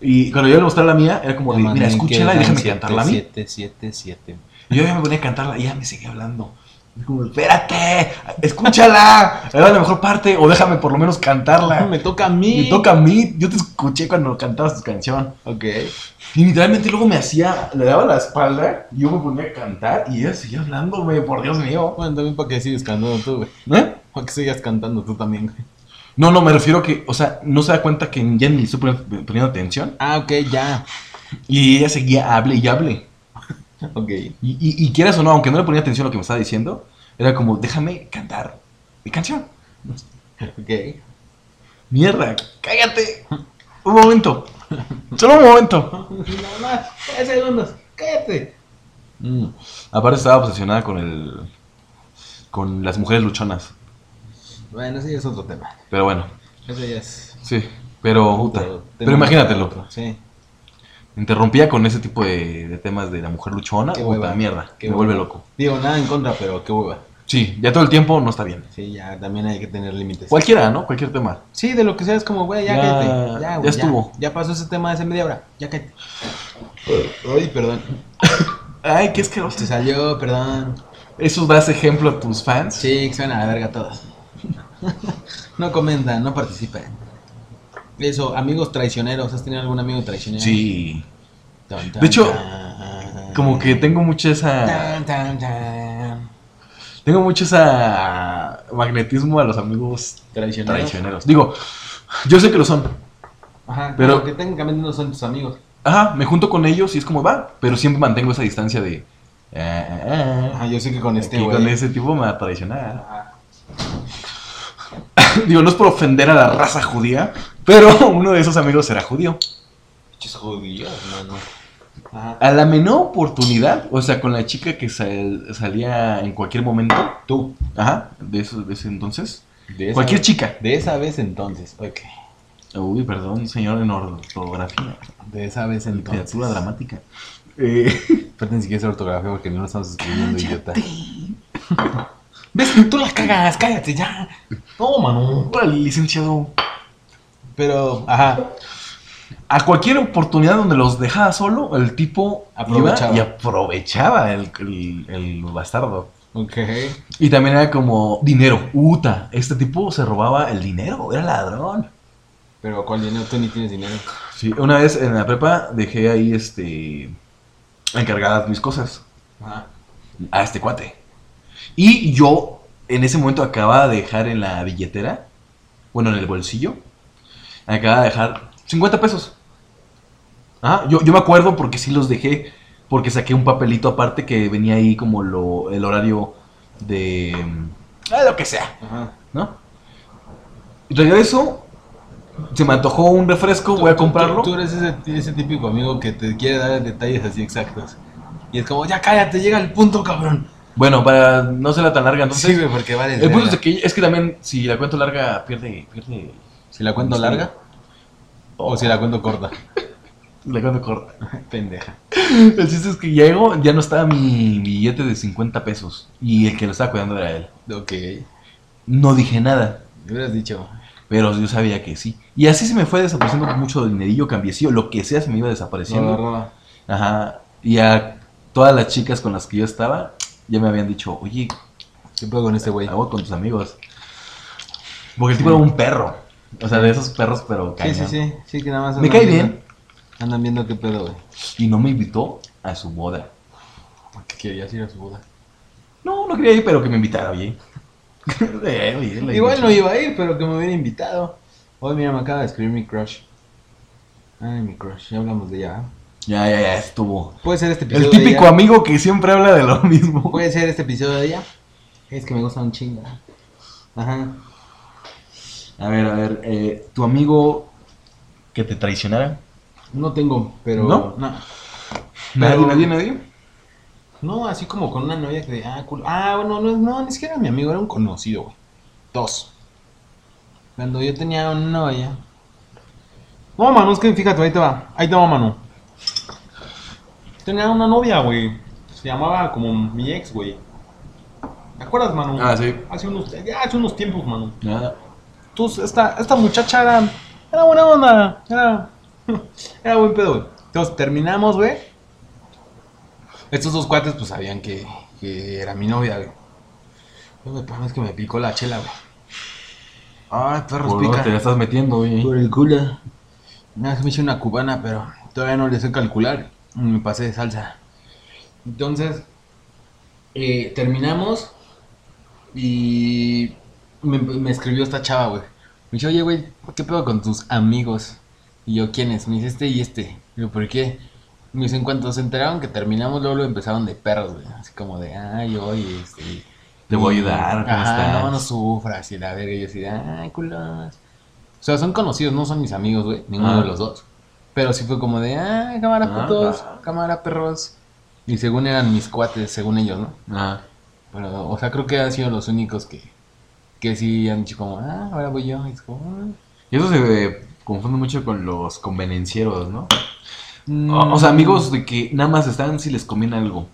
Speaker 2: Y cuando yo le mostraba la mía, era como de, mira, escúchala y déjame cantarla a mí.
Speaker 1: 777.
Speaker 2: Y yo ya me ponía a cantarla y ella me seguía hablando. Es como, espérate, escúchala, era la mejor parte, o déjame por lo menos cantarla.
Speaker 1: Ah, Me toca a mí.
Speaker 2: Me toca a mí, yo te escuché cuando cantabas tu canción.
Speaker 1: Ok.
Speaker 2: Y literalmente luego me hacía, le daba la espalda, y yo me ponía a cantar y ella seguía hablándome, por Dios mío.
Speaker 1: Bueno, también para que sigas cantando tú, güey.
Speaker 2: ¿Eh?
Speaker 1: Para que sigas cantando tú también, güey.
Speaker 2: No, no, me refiero que, o sea, no se da cuenta que ya ni estoy poniendo poniendo atención.
Speaker 1: Ah, ok, ya.
Speaker 2: Y ella seguía, hable y hable.
Speaker 1: Ok.
Speaker 2: Y, y, y quieras o no, aunque no le ponía atención a lo que me estaba diciendo, era como, déjame cantar mi canción.
Speaker 1: Ok.
Speaker 2: Mierda, cállate. Un momento. Solo un momento.
Speaker 1: Nada más. 10 segundos. Cállate.
Speaker 2: Mm. Aparte estaba obsesionada con el. con las mujeres luchonas.
Speaker 1: Bueno, ese ya es otro tema.
Speaker 2: Pero bueno,
Speaker 1: Ese ya es.
Speaker 2: sí. Pero, puta,
Speaker 1: otro tema
Speaker 2: Pero imagínatelo.
Speaker 1: Sí.
Speaker 2: Interrumpía con ese tipo de, de temas de la mujer luchona.
Speaker 1: Qué
Speaker 2: puta
Speaker 1: hueva.
Speaker 2: mierda.
Speaker 1: Qué
Speaker 2: me
Speaker 1: hueva.
Speaker 2: vuelve loco.
Speaker 1: Digo, nada en contra, pero qué hueva.
Speaker 2: Sí, ya todo el tiempo no está bien.
Speaker 1: Sí, ya también hay que tener límites.
Speaker 2: Cualquiera, ¿no? Cualquier tema.
Speaker 1: Sí, de lo que sea es como, güey, ya,
Speaker 2: Ya-
Speaker 1: cállate. Ya, güey,
Speaker 2: ya estuvo.
Speaker 1: Ya, pasó ese tema de hace media hora. Ya cállate. Ay, perdón.
Speaker 2: Ay, qué asqueroso.
Speaker 1: Se salió, perdón.
Speaker 2: ¿Eso das ejemplo a tus fans?
Speaker 1: Sí, que se van a la verga todos. no comentan, no participan. Eso, amigos traicioneros. ¿Has tenido algún amigo traicionero?
Speaker 2: Sí.
Speaker 1: Tan, tan,
Speaker 2: De hecho,
Speaker 1: tan.
Speaker 2: Como que tengo mucha esa.
Speaker 1: Tan, tan, tan.
Speaker 2: Tengo mucho esa. magnetismo a los amigos
Speaker 1: Traicioneros.
Speaker 2: traicioneros. Digo, yo sé que lo son.
Speaker 1: Ajá, pero
Speaker 2: Pero-
Speaker 1: que técnicamente no son tus amigos.
Speaker 2: Ajá, me junto con ellos y es como va, pero siempre mantengo esa distancia de. ah, ah, ah,
Speaker 1: Ajá, yo sé que con este
Speaker 2: que
Speaker 1: güey. Ah,
Speaker 2: con ese tipo me va a traicionar.
Speaker 1: Ajá.
Speaker 2: Digo, no es por ofender a la raza judía, pero uno de esos amigos será judío.
Speaker 1: Pinches judíos, mano. Ajá.
Speaker 2: A la menor oportunidad, o sea, con la chica que sal- salía en cualquier momento,
Speaker 1: Tú.
Speaker 2: ajá, de, esos, de ese entonces,
Speaker 1: De esa-
Speaker 2: cualquier chica.
Speaker 1: De esa vez entonces, ok.
Speaker 2: Uy, perdón, señor, en ortografía,
Speaker 1: De esa vez entonces.
Speaker 2: literatura dramática. Eh,
Speaker 1: Aparte ni siquiera es ortografía porque no lo estamos escribiendo, idiota. ¿Ves? Tú la cagas, cállate ya. No, mano.
Speaker 2: órale, licenciado,
Speaker 1: Pero, ajá.
Speaker 2: A cualquier oportunidad donde los dejaba solo, el tipo
Speaker 1: Aprovechaba.
Speaker 2: iba y aprovechaba el, el- el bastardo.
Speaker 1: Ok.
Speaker 2: Y también era como dinero, uta. Este tipo se robaba el dinero, era ladrón.
Speaker 1: Pero ¿cuál dinero? Tú ni tienes dinero.
Speaker 2: Sí, una vez en la prepa dejé ahí este encargadas mis cosas
Speaker 1: Ajá.
Speaker 2: a este cuate. Y yo en ese momento acababa de dejar en la billetera, bueno, en el bolsillo, acababa de dejar 50 pesos. Ajá, yo, yo me acuerdo porque sí los dejé, porque saqué un papelito aparte que venía ahí como lo, el horario de... mm, ah, lo que sea.
Speaker 1: Ajá.
Speaker 2: ¿no? Regreso, se me antojó un refresco, voy
Speaker 1: Tú-
Speaker 2: a
Speaker 1: tú-
Speaker 2: comprarlo.
Speaker 1: Tú, tú eres ese, ese típico amigo que te quiere dar detalles así exactos. Y es como, ya cállate, llega el punto, cabrón.
Speaker 2: Bueno, para no serla tan larga, entonces.
Speaker 1: sí, güey, porque vale.
Speaker 2: el punto es de que, es que también, si la cuento larga, pierde. pierde
Speaker 1: Si la cuento larga o si la cuento corta.
Speaker 2: La Oh. cuento corta.
Speaker 1: Pendeja.
Speaker 2: El chiste es que llego, ya no estaba mi billete de 50 pesos. Y el que lo estaba cuidando era él.
Speaker 1: Ok. Me
Speaker 2: No dije nada,
Speaker 1: hubieras dicho.
Speaker 2: pero yo sabía que sí. Y así se me fue desapareciendo mucho dinerillo, cambiecillo, lo que sea se me iba
Speaker 1: No,
Speaker 2: desapareciendo.
Speaker 1: no, no.
Speaker 2: Ajá. Y a todas las chicas con las que yo estaba, ya me habían dicho, oye,
Speaker 1: ¿Qué puedo con este güey?
Speaker 2: hago con tus amigos. Porque el tipo era un perro. O sea, de esos perros, pero
Speaker 1: Sí,
Speaker 2: cañón.
Speaker 1: sí, sí. Sí, que nada más.
Speaker 2: Me
Speaker 1: andan
Speaker 2: cae
Speaker 1: viendo-
Speaker 2: bien.
Speaker 1: Andan viendo qué pedo, güey.
Speaker 2: Y no me invitó a su boda.
Speaker 1: Porque querías ir a su boda.
Speaker 2: No, no quería ir, pero que me invitara, oye. Eh, oye, la
Speaker 1: Igual no
Speaker 2: invitación.
Speaker 1: iba a ir, pero que me hubiera invitado. Hoy, mira, me acaba de escribir mi crush. Ay, mi crush, ya hablamos de ella. ¿eh?
Speaker 2: Ya, ya, ya, estuvo.
Speaker 1: Puede ser este episodio.
Speaker 2: El
Speaker 1: de
Speaker 2: típico
Speaker 1: ella.
Speaker 2: amigo que siempre habla de lo mismo.
Speaker 1: Puede ser este episodio de ella. Es que me gusta un chingo. Ajá.
Speaker 2: A ver, a ver, eh, tu amigo que te traicionara.
Speaker 1: No tengo, pero.
Speaker 2: ¿No?
Speaker 1: No,
Speaker 2: Nadie,
Speaker 1: Pero-
Speaker 2: nadie, nadie.
Speaker 1: No, así como con una novia que. Ah, culo. Ah, bueno, no, no, ni siquiera era mi amigo, era un conocido, güey. Dos. Cuando yo tenía una novia. No, Manu, es que fíjate, ahí te va. Ahí te va, Manu. Tenía una novia, güey. Se llamaba como mi ex, güey. ¿Te acuerdas, Manu?
Speaker 2: Ah, sí.
Speaker 1: Hace unos, ya hace unos tiempos, Manu.
Speaker 2: Nada.
Speaker 1: Entonces, esta, esta muchacha era, era buena onda, era, era buen pedo, güey. Entonces, terminamos, güey. Estos dos cuates, pues, sabían que, que era mi novia, güey. No me pames que me picó la chela, güey. Ay, perros,
Speaker 2: Por dónde
Speaker 1: pica.
Speaker 2: te la estás metiendo, oye.
Speaker 1: Por el culo. Nada, se me hice una cubana, pero todavía no le sé calcular. Me pasé de salsa. Entonces, eh, terminamos y me, me escribió esta chava, güey. Me dice, oye, güey, ¿qué pedo con tus amigos? Y yo, ¿quiénes? Me dice, este y este. Y yo, ¿por qué? Me dice, en cuanto se enteraron que terminamos, luego lo empezaron de perros, güey. Así como de, ay, oye, este...
Speaker 2: Te voy a ayudar, ¿cómo
Speaker 1: Ajá,
Speaker 2: estás?
Speaker 1: no, no sufras. Y la verga, y yo así, de, ay, culos. O sea, son conocidos, no son mis amigos, güey. Ninguno
Speaker 2: Ah.
Speaker 1: de los dos. Pero sí fue como de, ah, cámara
Speaker 2: Ah,
Speaker 1: putos,
Speaker 2: va.
Speaker 1: cámara perros. Y según eran mis cuates, según ellos, ¿no?
Speaker 2: Ajá.
Speaker 1: Pero, o sea, creo que han sido los únicos que, que sí han dicho como, ah, ahora voy yo. Y es como,
Speaker 2: Y eso se eh, confunde mucho con los convenencieros, ¿no?
Speaker 1: ah.
Speaker 2: O, o sea, amigos de que nada más están si les conviene algo.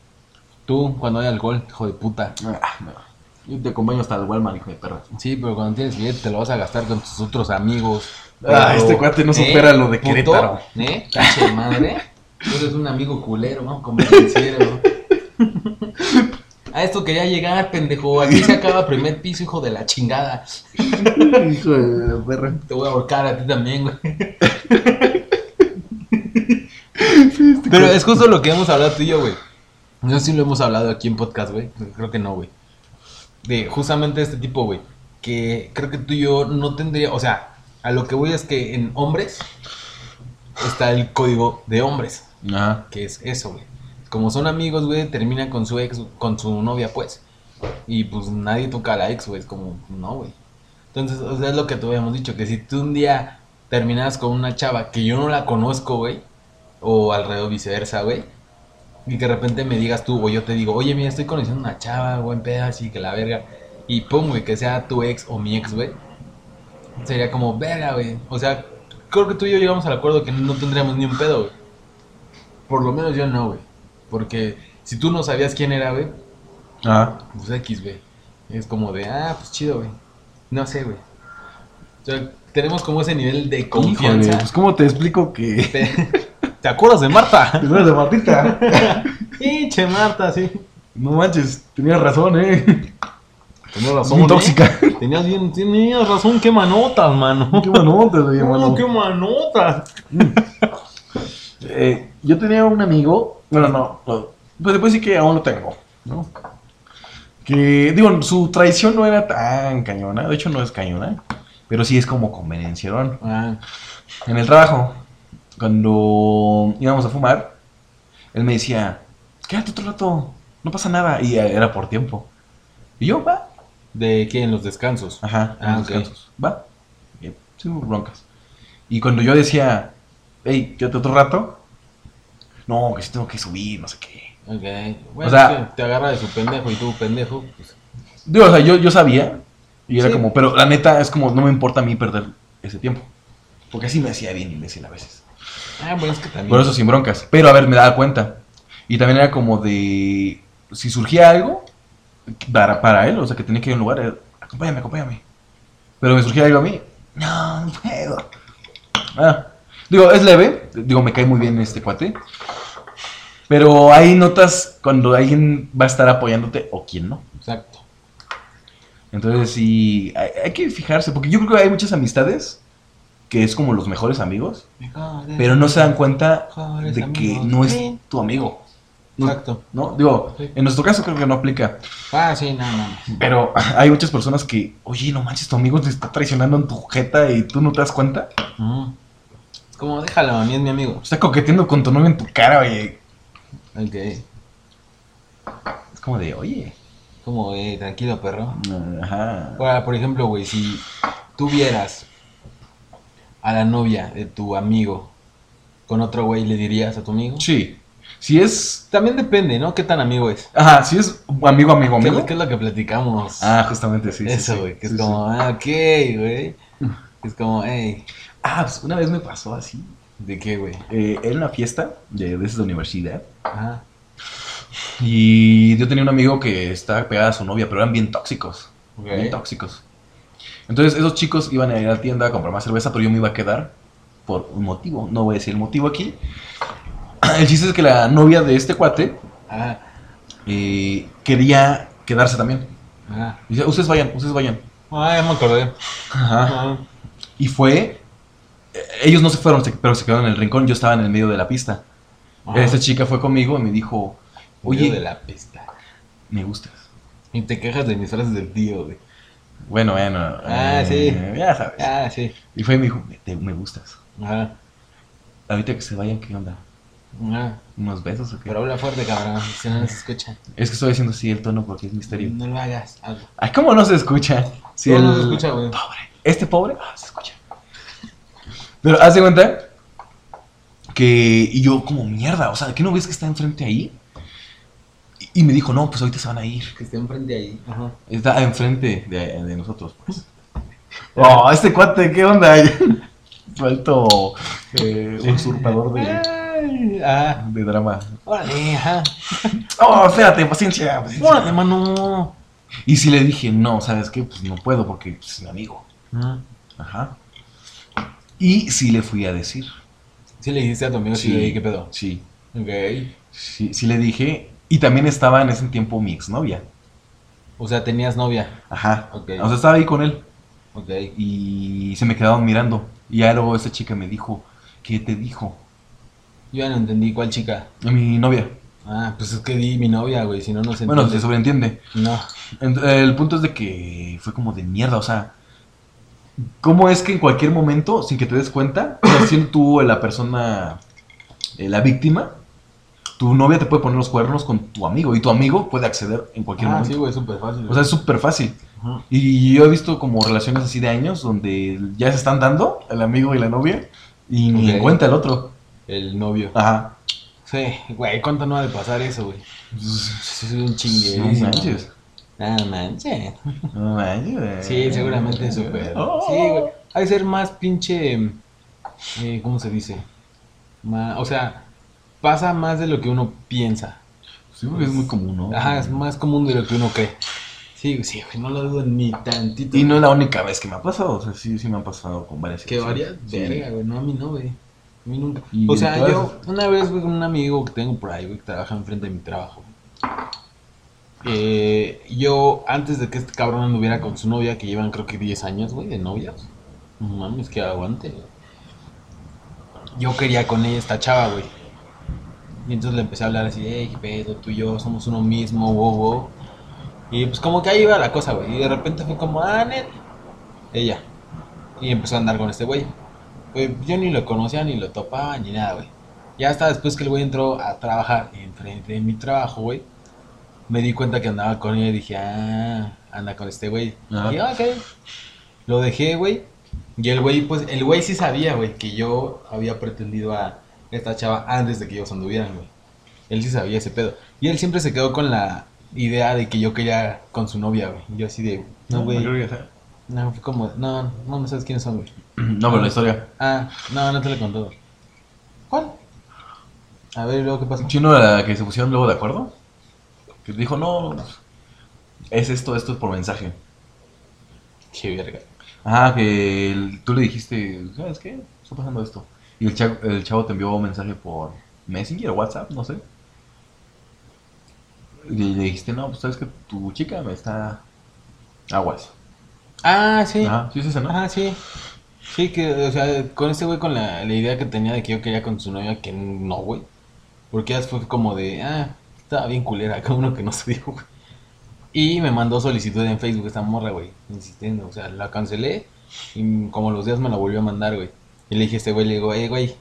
Speaker 1: Tú, cuando hay alcohol, hijo de puta.
Speaker 2: Ah, no. Yo te acompaño hasta el Walmart, hijo de perra.
Speaker 1: Sí, pero cuando tienes billete te lo vas a gastar con tus otros amigos.
Speaker 2: Ah,
Speaker 1: Pero-
Speaker 2: este cuate no supera lo de
Speaker 1: puto?
Speaker 2: Querétaro.
Speaker 1: ¿Eh? Cache madre. Tú eres un amigo culero, ¿no? Convenciero. A esto quería llegar, pendejo. Aquí se acaba primer piso, hijo de la chingada.
Speaker 2: hijo de perra.
Speaker 1: Te voy a ahorcar a ti también, güey.
Speaker 2: este
Speaker 1: Pero es justo lo que hemos hablado tú y yo, güey. No sé si lo hemos hablado aquí en podcast, güey. Creo que no, güey. De justamente este tipo, güey. Que creo que tú y yo no tendría. O sea, a lo que voy es que en hombres está el código de hombres.
Speaker 2: Ajá.
Speaker 1: Que es eso, güey. Como son amigos, güey, termina con su ex, con su novia, pues. Y pues nadie toca a la ex, güey. Es como, no, güey. Entonces, o sea, es lo que te habíamos dicho, que si tú un día terminas con una chava que yo no la conozco, güey, o alrededor viceversa, güey, y que de repente me digas tú, o yo te digo, oye, mira, estoy conociendo una chava, buen pedo, así que la verga, y pum, güey, que sea tu ex o mi ex, güey, sería como, verga, güey. O sea, creo que tú y yo llegamos al acuerdo que no tendríamos ni un pedo, güey. Por lo menos yo no, güey. Porque si tú no sabías quién era, güey,
Speaker 2: Ajá.
Speaker 1: pues X, güey. Es como de, ah, pues chido, güey. No sé, güey. O sea, tenemos como ese nivel de confianza.
Speaker 2: Híjole, pues cómo te explico que.
Speaker 1: ¿Te, ¿Te acuerdas de Marta?
Speaker 2: de Martita.
Speaker 1: Pinche Marta, sí.
Speaker 2: No manches, tenías razón, ¿eh?
Speaker 1: Tenías
Speaker 2: Muy tóxica.
Speaker 1: ¿eh? Tenías, bien, tenías razón, qué manotas, mano.
Speaker 2: Qué manotas, oye, mano.
Speaker 1: No, qué manotas.
Speaker 2: Eh, yo tenía un amigo, bueno, no, no, pues después sí que aún lo tengo, ¿no? Que, digo, su traición no era tan cañona, de hecho no es cañona, pero sí es como convenencierón.
Speaker 1: Ah,
Speaker 2: En el trabajo, cuando íbamos a fumar, él me decía, quédate otro rato, no pasa nada, y era por tiempo. Y yo, va,
Speaker 1: ¿De qué? En los descansos.
Speaker 2: ajá, en
Speaker 1: Ah,
Speaker 2: los
Speaker 1: ok.
Speaker 2: descansos, va, bien, sin broncas. Y cuando yo decía, hey, quédate otro rato, no, que sí tengo que subir, no sé qué.
Speaker 1: Ok. Bueno,
Speaker 2: O sea-
Speaker 1: es que te agarra de su pendejo y tú, pendejo. pues,
Speaker 2: Digo, o sea, yo, yo sabía. Y era
Speaker 1: Sí.
Speaker 2: como, pero la neta es como, no me importa a mí perder ese tiempo. Porque así me hacía bien imbécil a veces.
Speaker 1: Ah, bueno, es que también.
Speaker 2: Por eso sin broncas. Pero a ver, me daba cuenta. Y también era como de, si surgía algo, para, para él, o sea, que tenía que ir a un lugar, era, acompáñame, acompáñame. Pero me surgía algo a mí, no, no puedo. Ah, digo, es leve, digo, me cae muy bien este cuate. Pero ahí notas cuando alguien va a estar apoyándote o quién no.
Speaker 1: Exacto.
Speaker 2: Entonces sí, hay, hay que fijarse, porque yo creo que hay muchas amistades que es como los mejores amigos, pero no se dan cuenta
Speaker 1: Mejores
Speaker 2: de que
Speaker 1: amigos.
Speaker 2: no es
Speaker 1: Sí.
Speaker 2: tu amigo.
Speaker 1: Exacto.
Speaker 2: ¿No? Digo,
Speaker 1: Sí.
Speaker 2: en nuestro caso creo que no aplica,
Speaker 1: Ah, sí, no, no. no.
Speaker 2: pero hay muchas personas que, oye, no manches, tu amigo te está traicionando en tu jeta y tú no te das cuenta.
Speaker 1: Mm. Como déjalo, a mí es mi amigo.
Speaker 2: Está coqueteando con tu novio en tu cara, oye.
Speaker 1: Ok.
Speaker 2: Es como de, oye.
Speaker 1: Como, eh, tranquilo, perro.
Speaker 2: Ajá.
Speaker 1: Ahora, por ejemplo, güey, si tú vieras a la novia de tu amigo con otro güey, ¿le dirías a tu amigo?
Speaker 2: Sí. Si es...
Speaker 1: También depende, ¿no? ¿Qué tan amigo es?
Speaker 2: Ajá, si es amigo, amigo,
Speaker 1: ¿Qué,
Speaker 2: amigo.
Speaker 1: qué es lo que platicamos?
Speaker 2: Ah, justamente, sí. sí,
Speaker 1: Eso,
Speaker 2: sí.
Speaker 1: güey, que es
Speaker 2: Sí, sí.
Speaker 1: como, ah, ok, güey. Es como, hey,
Speaker 2: Ah, pues una vez me pasó así.
Speaker 1: ¿de qué, güey?
Speaker 2: eh, era una fiesta de, de esas de universidad.
Speaker 1: Ajá.
Speaker 2: Y yo tenía un amigo que estaba pegada a su novia, pero eran bien tóxicos.
Speaker 1: Ok.
Speaker 2: Bien tóxicos. Entonces, esos chicos iban a ir a la tienda a comprar más cerveza, pero yo me iba a quedar por un motivo. No voy a decir el motivo aquí. El chiste es que la novia de este cuate
Speaker 1: Ajá.
Speaker 2: eh, quería quedarse también.
Speaker 1: Ajá.
Speaker 2: Dice, ustedes vayan, ustedes vayan.
Speaker 1: Ah, ya me acordé.
Speaker 2: Ajá.
Speaker 1: Ajá.
Speaker 2: Y fue. eh, Ellos no se fueron, se- pero se quedaron en el rincón. Yo estaba en el medio de la pista.
Speaker 1: Ajá.
Speaker 2: Esta chica fue conmigo y me dijo,
Speaker 1: Oye.
Speaker 2: oye,
Speaker 1: de la pista.
Speaker 2: me gustas.
Speaker 1: Y te quejas de mis frases del tío, güey.
Speaker 2: Bueno, bueno.
Speaker 1: Ah,
Speaker 2: eh, Ya sabes.
Speaker 1: Ah, sí.
Speaker 2: Y fue y me dijo, me, te- me gustas.
Speaker 1: Ajá.
Speaker 2: Ahorita que se vayan, ¿qué onda?
Speaker 1: Ajá.
Speaker 2: ¿Unos besos o
Speaker 1: ah,
Speaker 2: qué?
Speaker 1: Pero habla fuerte, cabrón. Si no, no se escucha.
Speaker 2: Es que estoy haciendo así el tono porque es misterio.
Speaker 1: No lo hagas. Hazlo.
Speaker 2: Ay, ¿cómo no se escucha? Si
Speaker 1: No, no
Speaker 2: el-
Speaker 1: se escucha, güey.
Speaker 2: Pobre. Este pobre, ah, se escucha. Pero haz de cuenta que... Y yo como mierda, o sea, ¿qué no ves que está enfrente ahí? Y, y me dijo, no, pues ahorita se van a ir.
Speaker 1: Que esté enfrente ahí. Ajá.
Speaker 2: Está enfrente de, de nosotros, pues. Oh, este cuate, ¿qué onda? Suelto eh, usurpador de,
Speaker 1: Ay, ah.
Speaker 2: de drama.
Speaker 1: Órale, ajá.
Speaker 2: Oh, espérate, paciencia,
Speaker 1: Órale,
Speaker 2: paciencia.
Speaker 1: mano.
Speaker 2: Y si le dije, no, ¿sabes qué? Pues no puedo porque pues, es mi amigo.
Speaker 1: Ajá.
Speaker 2: Ajá. Y sí le fui a decir.
Speaker 1: Sí le dijiste a tu amigo sí.
Speaker 2: Sí.
Speaker 1: de ahí, ¿qué pedo?
Speaker 2: Sí,
Speaker 1: Ok.
Speaker 2: sí, sí le dije. Y también estaba en ese tiempo mi exnovia.
Speaker 1: O sea, tenías novia.
Speaker 2: Ajá.
Speaker 1: Ok.
Speaker 2: O sea, estaba ahí con él.
Speaker 1: Ok.
Speaker 2: Y se me quedaban mirando. Y ya luego esa chica me dijo, ¿qué te dijo?
Speaker 1: Yo ya no entendí cuál chica.
Speaker 2: Mi novia.
Speaker 1: Ah, pues es que di mi novia, güey. Si no, no se
Speaker 2: Bueno,
Speaker 1: entiende.
Speaker 2: se sobreentiende.
Speaker 1: No.
Speaker 2: Ent- El punto es de que fue como de mierda, o sea, ¿cómo es que en cualquier momento, sin que te des cuenta, o sea, siendo tú la persona, eh, la víctima, tu novia te puede poner los cuernos con tu amigo y tu amigo puede acceder en cualquier
Speaker 1: Ah, sí,
Speaker 2: momento?
Speaker 1: güey, súper fácil.
Speaker 2: o sea, es súper fácil.
Speaker 1: Ajá.
Speaker 2: Y yo he visto como relaciones así de años donde ya se están dando el amigo y la novia y ni
Speaker 1: Ok.
Speaker 2: en cuenta el otro.
Speaker 1: El novio.
Speaker 2: Ajá.
Speaker 1: Sí, güey, ¿cuánto no ha de pasar eso, güey? Es un chingue.
Speaker 2: No manches.
Speaker 1: No manches.
Speaker 2: No manches.
Speaker 1: Sí, seguramente súper.
Speaker 2: Oh.
Speaker 1: Sí, güey. Hay que ser más pinche. eh, ¿Cómo se dice? Ma- o sea, pasa más de lo que uno piensa.
Speaker 2: Sí, porque es muy común, ¿no?
Speaker 1: Ajá, es más común de lo que uno cree. Sí, güey, sí, güey, no lo dudo ni tantito.
Speaker 2: Y no es la única vez que me ha pasado, o sea, sí, sí me han pasado con varias
Speaker 1: Que varias.
Speaker 2: situaciones. Sí.
Speaker 1: Verga, güey, no a mí no, güey. A mí nunca.
Speaker 2: Y
Speaker 1: O
Speaker 2: de
Speaker 1: sea,
Speaker 2: todas
Speaker 1: yo una vez, güey, con un amigo que tengo por ahí, güey, que trabaja enfrente de mi trabajo. güey. Eh, yo, antes de que este cabrón anduviera con su novia, que llevan creo que 10 años, güey, de novias. No mames, que aguante. Yo quería con ella esta chava, güey. Y entonces le empecé a hablar así, hey, qué pedo, tú y yo somos uno mismo, wow, wow. Y pues como que ahí iba la cosa, güey. Y de repente fue como, ah, net. Ella. Y empezó a andar con este güey. Güey, yo ni lo conocía, ni lo topaba, ni nada, güey. Ya hasta después que el güey entró a trabajar enfrente de mi trabajo, güey. Me di cuenta que andaba con ella y dije, ah, anda con este güey.
Speaker 2: Ajá.
Speaker 1: Y yo, ok. Lo dejé, güey. Y el güey, pues, el güey sí sabía, güey, que yo había pretendido a esta chava antes de que ellos anduvieran, güey. Él sí sabía ese pedo. Y él siempre se quedó con la idea de que yo quería con su novia, güey. Yo así de, no, güey.
Speaker 2: creo que sea.
Speaker 1: No, fue como, no, no, no sabes quiénes son, güey.
Speaker 2: No, pero la historia.
Speaker 1: Ah, no, no te lo contó. ¿Cuál? A ver, luego qué pasa.
Speaker 2: Chino era la que se pusieron luego de acuerdo. Que dijo, no, pues, es esto, esto es por mensaje.
Speaker 1: Qué verga.
Speaker 2: Ah, que el- tú le dijiste, ¿sabes qué? Está pasando esto. Y el chavo, el chavo te envió un mensaje por Messenger, WhatsApp, no sé. Y le dijiste, no, pues sabes que tu chica me está aguas.
Speaker 1: Ah, sí. Ajá.
Speaker 2: Ajá, sí, es esa, ¿no?
Speaker 1: sí. Sí, que, o sea, con este güey, con la, la idea que tenía de que yo quería con su novia, que no, güey. Porque ya fue como de, ah, estaba bien culera, como uno que no se dijo, güey. Y me mandó solicitud en Facebook esta morra, güey, insistiendo. O sea, la cancelé y como los días me la volvió a mandar, güey. Y le dije a este güey, le digo, hey, güey,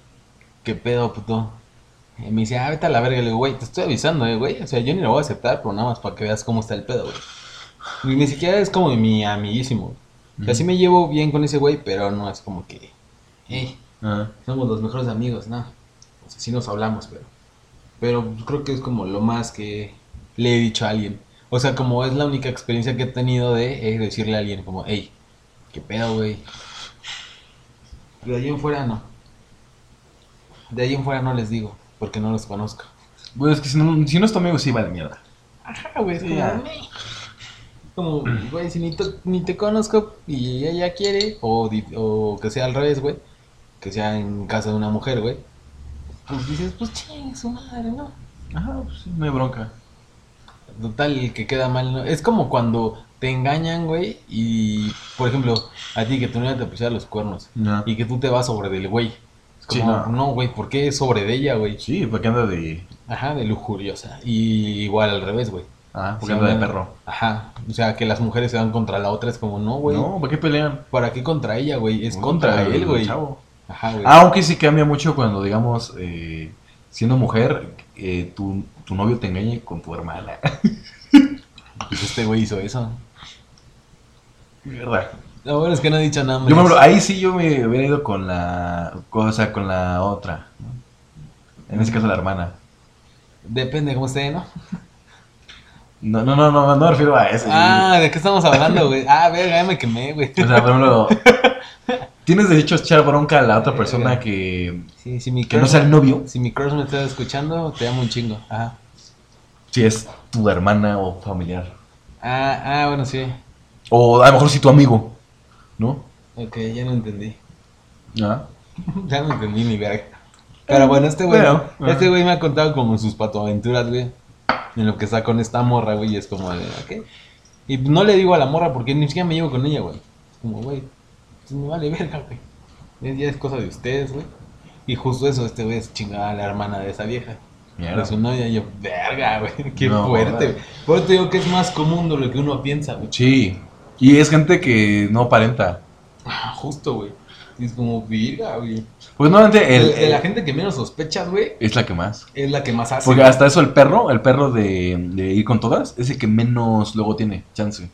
Speaker 1: qué pedo, puto. Y me dice, ah, vete a la verga. Le digo, güey, te estoy avisando, eh, güey. O sea, yo ni lo voy a aceptar, pero nada más para que veas cómo está el pedo, güey. Y ni siquiera es como mi amiguísimo. O sea, sí me llevo bien con ese güey, pero no es como que, "Eh, hey,
Speaker 2: Ajá.
Speaker 1: somos los mejores amigos, no. O sea, sí nos hablamos, pero. Pero creo que es como lo más que le he dicho a alguien. O sea, como es la única experiencia que he tenido de eh, decirle a alguien, como, hey, qué pedo, güey. De ahí en fuera no. De ahí en fuera no les digo, porque no los conozco.
Speaker 2: Güey, Pues es que si no, si no es tu amigo, sí va de mierda.
Speaker 1: Ajá, güey, es
Speaker 2: Sí,
Speaker 1: como,
Speaker 2: ya.
Speaker 1: "Meh". Como, güey, si ni te, ni te conozco y ella ya quiere, o, di- o que sea al revés, güey, que sea en casa de una mujer, güey, pues dices, pues ching, su madre, ¿no?
Speaker 2: Ajá, pues sí, no hay bronca.
Speaker 1: Total, el que queda mal, ¿no? Es como cuando te engañan, güey, y, por ejemplo, a ti que tu novia te pusiera los cuernos
Speaker 2: Ajá.
Speaker 1: y que tú te vas sobre del güey. Es
Speaker 2: Sí,
Speaker 1: como,
Speaker 2: no.
Speaker 1: no, güey, ¿por qué sobre de ella, güey?
Speaker 2: Sí, porque anda de.
Speaker 1: Ajá, de lujuriosa. Y igual al revés, güey.
Speaker 2: Ah, porque
Speaker 1: Sí,
Speaker 2: anda
Speaker 1: no.
Speaker 2: de perro.
Speaker 1: Ajá, o sea, que las mujeres se van contra la otra, es como, no, güey,
Speaker 2: No, ¿para qué pelean?
Speaker 1: ¿para qué contra ella, güey? Es
Speaker 2: No,
Speaker 1: contra,
Speaker 2: el
Speaker 1: él, güey.
Speaker 2: chavo. Ah.
Speaker 1: Ajá, güey.
Speaker 2: Aunque sí cambia mucho cuando, digamos, eh, siendo mujer, eh, tu, tu novio te engañe con tu hermana.
Speaker 1: Pues este güey hizo eso.
Speaker 2: ¿Verdad?
Speaker 1: Lo bueno es que no he dicho nada más.
Speaker 2: Yo me acuerdo, ahí sí yo me hubiera ido con la cosa, con la otra. ¿no? En ese caso la hermana.
Speaker 1: Depende cómo esté, ¿no?
Speaker 2: No, no, no, no, no me refiero a eso.
Speaker 1: Ah, ¿de qué estamos hablando, güey? Ah, verga, ya me quemé, güey.
Speaker 2: O sea, por ejemplo, tienes derecho a echar bronca a la otra persona que,
Speaker 1: Sí, si mi
Speaker 2: que no
Speaker 1: crush-
Speaker 2: sea el novio,
Speaker 1: Si mi crush me está escuchando, te amo un chingo. Ajá.
Speaker 2: si es tu hermana o familiar.
Speaker 1: Ah, ah, bueno, sí.
Speaker 2: O a lo mejor si tu amigo, ¿no?
Speaker 1: Ok, ya no entendí.
Speaker 2: Ah.
Speaker 1: Ya no entendí ni verga. Pero bueno, este güey,
Speaker 2: Eh, Bueno, ajá.
Speaker 1: este güey me ha contado como sus patoaventuras, güey. En lo que está con esta morra, güey, y es como de, ok. Y no le digo a la morra porque ni siquiera me llevo con ella, güey. Es como, güey, pues me vale verga, güey. Es- Ya es cosa de ustedes, güey. Y justo eso, este güey es chingada la hermana de esa vieja.
Speaker 2: Mierda.
Speaker 1: Pero su novia, yo, verga, güey, qué
Speaker 2: No,
Speaker 1: fuerte.
Speaker 2: joder.
Speaker 1: güey. Por eso te digo que es más común de lo que uno piensa, güey.
Speaker 2: Sí. Y es gente que no aparenta.
Speaker 1: Ah, justo, güey. Y es como, verga, güey.
Speaker 2: Pues normalmente el,
Speaker 1: De- de la
Speaker 2: el-
Speaker 1: gente Ah, que menos sospechas, güey,
Speaker 2: es la que más.
Speaker 1: es la que más hace.
Speaker 2: Porque
Speaker 1: güey.
Speaker 2: hasta eso el perro, el perro de, de ir con todas, es el que menos luego tiene chance.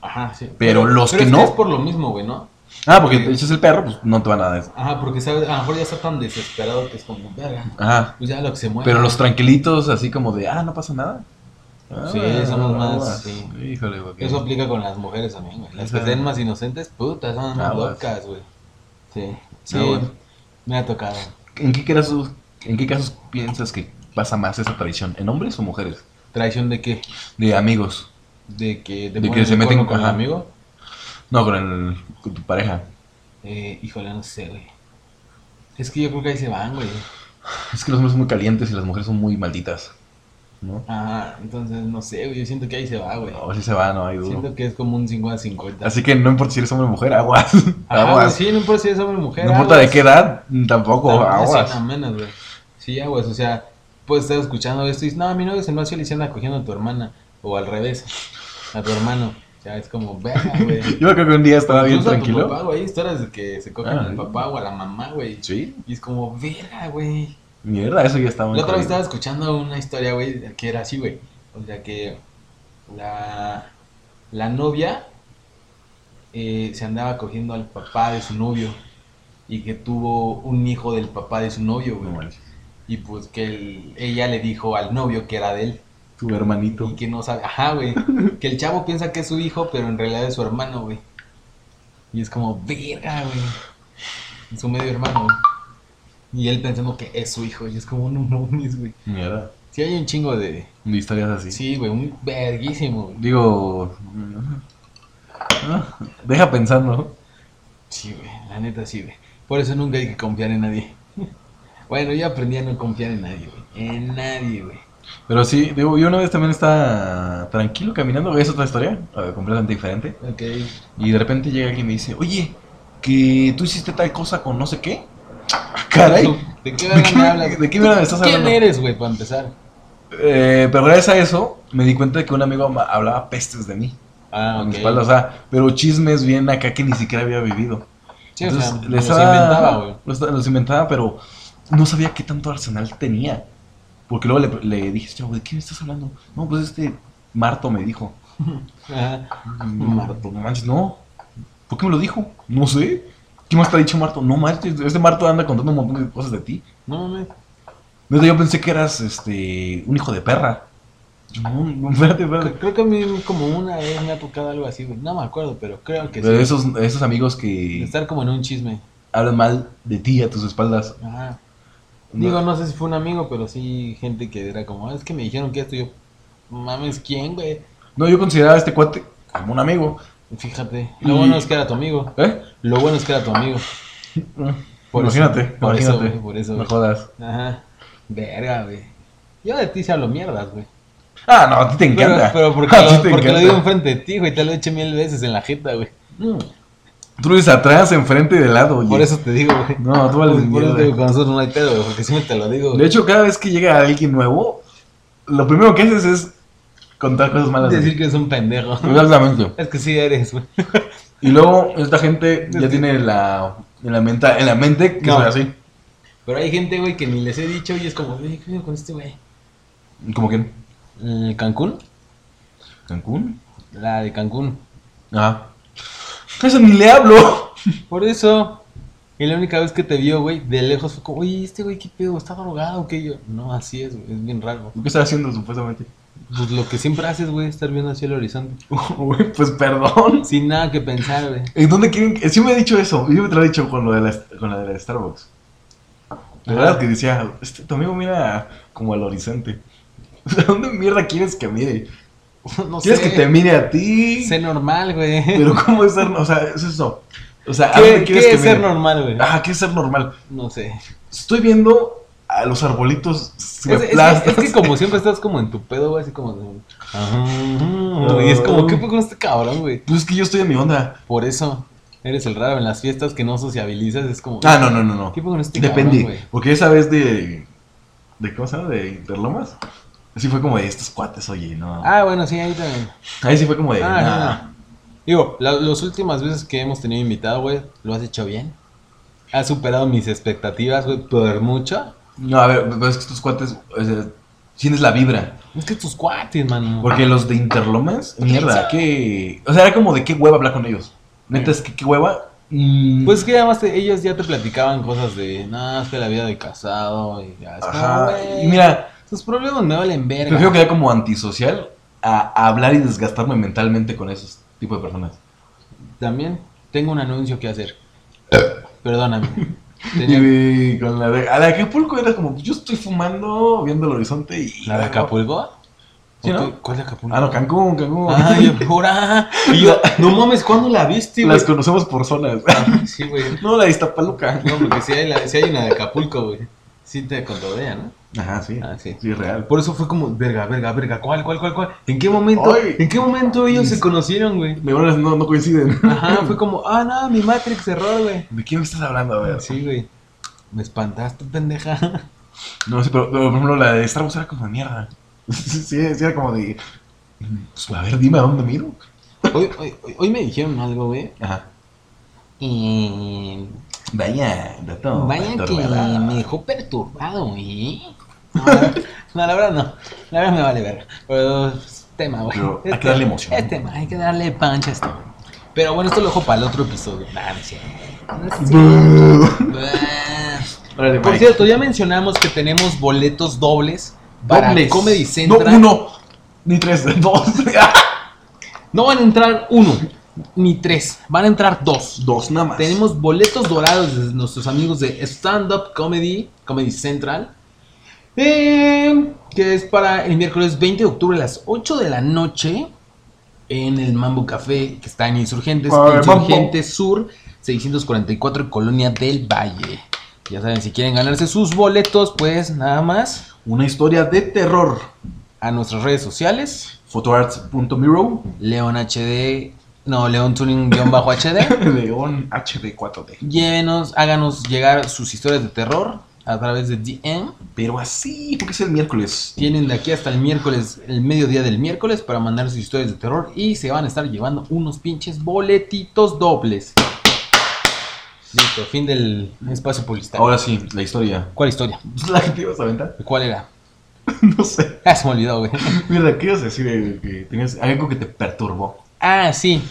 Speaker 1: Ajá, sí.
Speaker 2: Pero los que
Speaker 1: es
Speaker 2: no-
Speaker 1: Es por lo mismo, güey, ¿no?
Speaker 2: Ah, porque te echas el perro, pues no te van a dar.
Speaker 1: Ajá, porque sabes, a lo mejor ya está tan desesperado que es como, verga,
Speaker 2: Ajá.
Speaker 1: pues ya lo que se mueve.
Speaker 2: Pero los tranquilitos, así como de, ah, no pasa nada. Ah,
Speaker 1: Sí, somos
Speaker 2: ah,
Speaker 1: más,
Speaker 2: ah,
Speaker 1: sí.
Speaker 2: Híjole, güey.
Speaker 1: Eso aplica con las mujeres también, güey. Las que
Speaker 2: Ajá. Ah,
Speaker 1: sean más inocentes, putas, son más
Speaker 2: Aguas.
Speaker 1: locas, güey. Sí.
Speaker 2: Ah,
Speaker 1: Sí,
Speaker 2: Aguas.
Speaker 1: me ha tocado.
Speaker 2: ¿En qué, casos, ¿En qué casos piensas que pasa más esa tradición? ¿En hombres o mujeres?
Speaker 1: ¿Traición de qué?
Speaker 2: De amigos.
Speaker 1: De que te
Speaker 2: De que
Speaker 1: ponen
Speaker 2: se
Speaker 1: el
Speaker 2: meten
Speaker 1: cuerno con un
Speaker 2: ajá.
Speaker 1: amigo.
Speaker 2: No, con, el, con tu pareja.
Speaker 1: Eh, híjole, no sé, güey. Es que yo creo que ahí se van, güey.
Speaker 2: Es que los hombres son muy calientes y las mujeres son muy malditas. ¿no?
Speaker 1: Ajá, entonces no sé, güey. Yo siento que ahí se va, güey.
Speaker 2: No, si se va, no hay duda.
Speaker 1: Siento que es como un 50 a 50.
Speaker 2: Así que no importa si eres hombre o mujer, aguas.
Speaker 1: Ajá, güey,
Speaker 2: aguas.
Speaker 1: sí, no importa si es hombre o mujer.
Speaker 2: no importa
Speaker 1: aguas.
Speaker 2: de qué edad, tampoco,
Speaker 1: También,
Speaker 2: aguas.
Speaker 1: Sí, no, menos, güey. Sí, aguas, o sea, puedes estar escuchando esto y dices, no, a mi novio se me hace le anda cogiendo a tu hermana. O al revés, a tu hermano. O sea, es como, verga, güey.
Speaker 2: Yo creo que un día estaba bien
Speaker 1: Incluso a tu
Speaker 2: tranquilo.
Speaker 1: papá, güey, hay historias de que se cogen
Speaker 2: Ah,
Speaker 1: al
Speaker 2: sí.
Speaker 1: papá o a la mamá, güey.
Speaker 2: Sí,
Speaker 1: Y es como, verga, güey.
Speaker 2: mierda, eso ya estaba muy
Speaker 1: La otra vez
Speaker 2: jodido.
Speaker 1: estaba escuchando una historia, güey, que era así, güey. O sea, que la, la novia eh, se andaba cogiendo al papá de su novio y que tuvo un hijo del papá de su novio,
Speaker 2: No,
Speaker 1: güey.
Speaker 2: manches.
Speaker 1: Y pues que el- ella le dijo al novio que era de él
Speaker 2: Tu hermanito.
Speaker 1: y que no sabe, ajá, güey. Que el chavo piensa que es su hijo, pero en realidad es su hermano, güey. Y es como, verga, güey. Es su medio hermano, güey. Y él pensando que es su hijo y es como, no mames, güey.
Speaker 2: Mierda.
Speaker 1: Sí, hay un chingo de.
Speaker 2: De historias así.
Speaker 1: Sí, güey, un verguísimo. güey.
Speaker 2: Digo. mm, ah, Deja pensando.
Speaker 1: Sí, güey, la neta sí, güey. Por eso nunca hay que confiar en nadie. Bueno, yo aprendí a no confiar en nadie, güey. En nadie, güey.
Speaker 2: Pero sí, digo, yo una vez también estaba tranquilo caminando, güey, es otra historia, eh, completamente diferente.
Speaker 1: Ok.
Speaker 2: Y de repente llega alguien y me dice, oye, que tú hiciste tal cosa con no sé qué. Ah, Caray.
Speaker 1: ¿De qué
Speaker 2: ¿De
Speaker 1: verga
Speaker 2: qué-
Speaker 1: me hablas?
Speaker 2: de qué verga me estás hablando?
Speaker 1: ¿Quién eres, güey, para empezar?
Speaker 2: Eh, pero gracias a eso me di cuenta de que un amigo ma- hablaba pestes de mí.
Speaker 1: Ah,
Speaker 2: a mi espalda, o sea, pero chismes bien acá que ni siquiera había vivido.
Speaker 1: Sí, o sea, los
Speaker 2: Entonces, les daba-
Speaker 1: inventaba, güey.
Speaker 2: Los, los inventaba, pero no sabía qué tanto arsenal tenía. Porque luego le, le dije, chavo, ¿de qué me estás hablando? No, pues este Marto me dijo. "Mm,
Speaker 1: Ajá.
Speaker 2: Marto, no manches, no. ¿Por qué me lo dijo? No sé. ¿Qué más te ha dicho Marto? No manches, este Marto anda contando un montón de cosas de ti.
Speaker 1: No mames.
Speaker 2: Neta, yo pensé que eras este un hijo de perra. Yo, no, no, espérate, espérate.
Speaker 1: Creo- Creo que a mí como una vez me ha tocado algo así, güey. No me acuerdo, pero creo que sí.
Speaker 2: De esos, de esos amigos
Speaker 1: De
Speaker 2: que
Speaker 1: Estar como en un chisme.
Speaker 2: hablan mal de ti a tus espaldas.
Speaker 1: Ajá. Digo, no sé si fue un amigo, pero sí gente que era como, "Ah, es que me dijeron que esto, y yo, mames, ¿quién, güey?
Speaker 2: No, yo consideraba a este cuate como un amigo.
Speaker 1: Fíjate, lo
Speaker 2: Y-
Speaker 1: bueno es que era tu amigo,
Speaker 2: ¿Eh?
Speaker 1: lo bueno es que era tu amigo. Por eso,
Speaker 2: imagínate,
Speaker 1: por eso,
Speaker 2: imagínate.
Speaker 1: güey, por eso,
Speaker 2: no
Speaker 1: güey.
Speaker 2: jodas.
Speaker 1: Ajá, verga, güey. Yo de ti se hablo mierdas, güey.
Speaker 2: Ah, no, a ti te
Speaker 1: Pero,
Speaker 2: encanta.
Speaker 1: pero porque,
Speaker 2: A ti
Speaker 1: lo,
Speaker 2: te
Speaker 1: porque lo
Speaker 2: encanta.
Speaker 1: digo enfrente de ti, güey, te lo eché mil veces en la jeta, güey.
Speaker 2: Tú lo dices atrás, enfrente y de lado. oye.
Speaker 1: Por eso te digo, güey.
Speaker 2: No, tú vales
Speaker 1: Por- por eso
Speaker 2: mierda.
Speaker 1: te digo, con nosotros no hay pedo, güey, porque siempre te lo digo,
Speaker 2: De
Speaker 1: güey.
Speaker 2: hecho, cada vez que llega alguien nuevo, lo primero que haces es contar cosas malas. de
Speaker 1: Decir
Speaker 2: ti.
Speaker 1: que es un pendejo.
Speaker 2: Exactamente.
Speaker 1: Es que sí eres, güey.
Speaker 2: Y luego esta gente
Speaker 1: Sí.
Speaker 2: ya tiene la, en, la mente, en la mente que
Speaker 1: No.
Speaker 2: soy así.
Speaker 1: Pero hay gente, güey, que ni les he dicho y es como, güey, ¿qué pedo con este, güey?
Speaker 2: ¿Cómo quién?
Speaker 1: ¿El Mm, ¿Cancún?
Speaker 2: ¿Cancún?
Speaker 1: La de Cancún.
Speaker 2: Ajá. Eso ni le hablo.
Speaker 1: Por eso. Y la única vez que te vio, güey, de lejos fue como, oye, este güey, qué pedo, está drogado, o qué yo. No, así es, güey, es bien raro.
Speaker 2: ¿Qué estás haciendo supuestamente?
Speaker 1: Pues lo que siempre haces, güey, estar viendo hacia el horizonte.
Speaker 2: Güey, pues perdón.
Speaker 1: Sin nada que pensar, güey.
Speaker 2: ¿En dónde quieren que.? Sí me he dicho eso. Yo me te lo he dicho con lo de la, con la de la Starbucks. La
Speaker 1: Ajá.
Speaker 2: verdad es que decía, este, tu amigo mira como al horizonte. ¿De dónde mierda quieres que mire?
Speaker 1: No sé.
Speaker 2: ¿Quieres que te mire a ti?
Speaker 1: Sé normal, güey.
Speaker 2: Pero ¿cómo es ser.? O sea, es eso. O sea, ¿a
Speaker 1: ¿Qué,
Speaker 2: dónde
Speaker 1: qué
Speaker 2: quieres que
Speaker 1: es ser
Speaker 2: mire?
Speaker 1: normal, güey?
Speaker 2: Ah, ¿qué es ser normal?
Speaker 1: No sé.
Speaker 2: Estoy viendo a los arbolitos.
Speaker 1: Es,
Speaker 2: se
Speaker 1: es que,
Speaker 2: aplastan.
Speaker 1: es que como siempre estás como en tu pedo, güey, así como... de- Ajá. Y es como, ¿qué fue con este cabrón, güey?
Speaker 2: Pues es que yo estoy en mi onda.
Speaker 1: Por eso eres el raro en las fiestas que no sociabilizas, es como...
Speaker 2: Ah, no, no, no, no.
Speaker 1: ¿Qué fue con este
Speaker 2: Depende.
Speaker 1: cabrón, güey?
Speaker 2: porque esa vez de. de ¿Cómo se llama? De Interlomas. Así fue como de estos cuates, oye, no.
Speaker 1: Ah, bueno, sí, ahí también.
Speaker 2: Ahí sí fue como de.
Speaker 1: Ah,
Speaker 2: nah.
Speaker 1: no, no. Digo, la- las últimas veces que hemos tenido invitado, güey, lo has hecho bien. Has superado mis expectativas, güey, por mucho.
Speaker 2: No, a ver, pero es que estos cuates, o sea, tienes la vibra.
Speaker 1: Es que tus cuates, mano.
Speaker 2: Porque los de
Speaker 1: Pues,
Speaker 2: Interlomas, mierda, que. O sea, era como de qué hueva hablar con ellos. Neta, es que qué hueva. mm,
Speaker 1: Pues que además te- ellos ya te platicaban cosas de, nada, es que la vida de casado y ya. Es como,
Speaker 2: Ajá.
Speaker 1: güey,
Speaker 2: Y mira,
Speaker 1: tus problemas me valen verga.
Speaker 2: prefiero quedar como antisocial a, a hablar y desgastarme mentalmente con esos tipos de personas.
Speaker 1: También tengo un anuncio que hacer. Perdóname. Tenía-
Speaker 2: Eh. Y con la de, a la de Acapulco era como, yo estoy fumando, viendo el horizonte y...
Speaker 1: ¿La de Acapulco?
Speaker 2: Sí, ¿no?
Speaker 1: ¿O qué? ¿Cuál de Acapulco?
Speaker 2: Ah, no, Cancún, Cancún.
Speaker 1: Ah, yo, jura. Y yo, no mames, ¿cuándo la viste, güey?
Speaker 2: Las conocemos por zonas.
Speaker 1: Ah, Sí, güey. Ah,
Speaker 2: No, la de Iztapaluca.
Speaker 1: No, porque si hay, la, si hay una de Acapulco, güey. Sí te controla, ¿no?
Speaker 2: Ajá, sí.
Speaker 1: Ah, sí.
Speaker 2: Sí, es real.
Speaker 1: Por eso fue como, verga, verga, verga, ¿cuál, cuál, cuál, cuál? ¿En qué momento,
Speaker 2: Ay.
Speaker 1: ¿en qué momento ellos se
Speaker 2: Sí.
Speaker 1: conocieron, güey?
Speaker 2: De verdad no, no coinciden.
Speaker 1: Ajá, fue como, ah, no, mi Matrix error, güey.
Speaker 2: ¿De quién me estás hablando? A ver.
Speaker 1: Sí, güey. Me espantaste, pendeja.
Speaker 2: No sé, pero, pero, por ejemplo, la de Star Wars era como de mierda. Sí, sí, sí, era como de. Pues, a ver, dime a dónde miro.
Speaker 1: Hoy, hoy, hoy- hoy me dijeron algo, güey.
Speaker 2: Ajá.
Speaker 1: Eh,
Speaker 2: Vaya, dato.
Speaker 1: vaya
Speaker 2: dato
Speaker 1: que
Speaker 2: raro.
Speaker 1: me dejó perturbado, güey. No, la- no, la verdad no. La verdad me vale verga. Pero es tema, güey.
Speaker 2: Pero hay
Speaker 1: Es
Speaker 2: que darle
Speaker 1: tema,
Speaker 2: emoción.
Speaker 1: Es tema, hay que darle pancha a esto. güey. Pero bueno, esto lo dejo para el otro episodio. Nah, no es cierto. No es
Speaker 2: Buh.
Speaker 1: cierto.
Speaker 2: Órale,
Speaker 1: Por
Speaker 2: Mike.
Speaker 1: cierto, ya mencionamos que tenemos boletos dobles para
Speaker 2: Dobles.
Speaker 1: Comedy Central.
Speaker 2: No, uno. Ni tres, dos.
Speaker 1: No van a entrar uno, ni tres, van a entrar dos.
Speaker 2: dos nada más.
Speaker 1: Tenemos boletos dorados de nuestros amigos de Stand Up Comedy, Comedy Central. eh, que es para el miércoles 20 de octubre a las 8 de la noche en el Mambo Café, que está en Insurgentes,
Speaker 2: Ah, el
Speaker 1: Insurgentes Sur, 644, Colonia del Valle. Ya saben, si quieren ganarse sus boletos, pues nada más
Speaker 2: Una historia de terror.
Speaker 1: a nuestras redes sociales.
Speaker 2: Photoarts.miro
Speaker 1: León HD, no, León Tuning-HD.
Speaker 2: León HD4D.
Speaker 1: Llévenos, háganos llegar sus historias de terror a través de DM.
Speaker 2: Pero así, porque es el miércoles.
Speaker 1: Tienen de aquí hasta el miércoles, el mediodía del miércoles, para mandar sus historias de terror y se van a estar llevando unos pinches boletitos dobles. Listo, fin del espacio publicitario.
Speaker 2: Ahora sí, la historia.
Speaker 1: ¿Cuál historia?
Speaker 2: ¿La que te ibas a aventar?
Speaker 1: ¿Cuál era?
Speaker 2: No sé.
Speaker 1: Ah, se me olvidó, güey.
Speaker 2: Mira, ¿qué ibas a decir? eh, Que tenías algo que te perturbó.
Speaker 1: Ah, sí.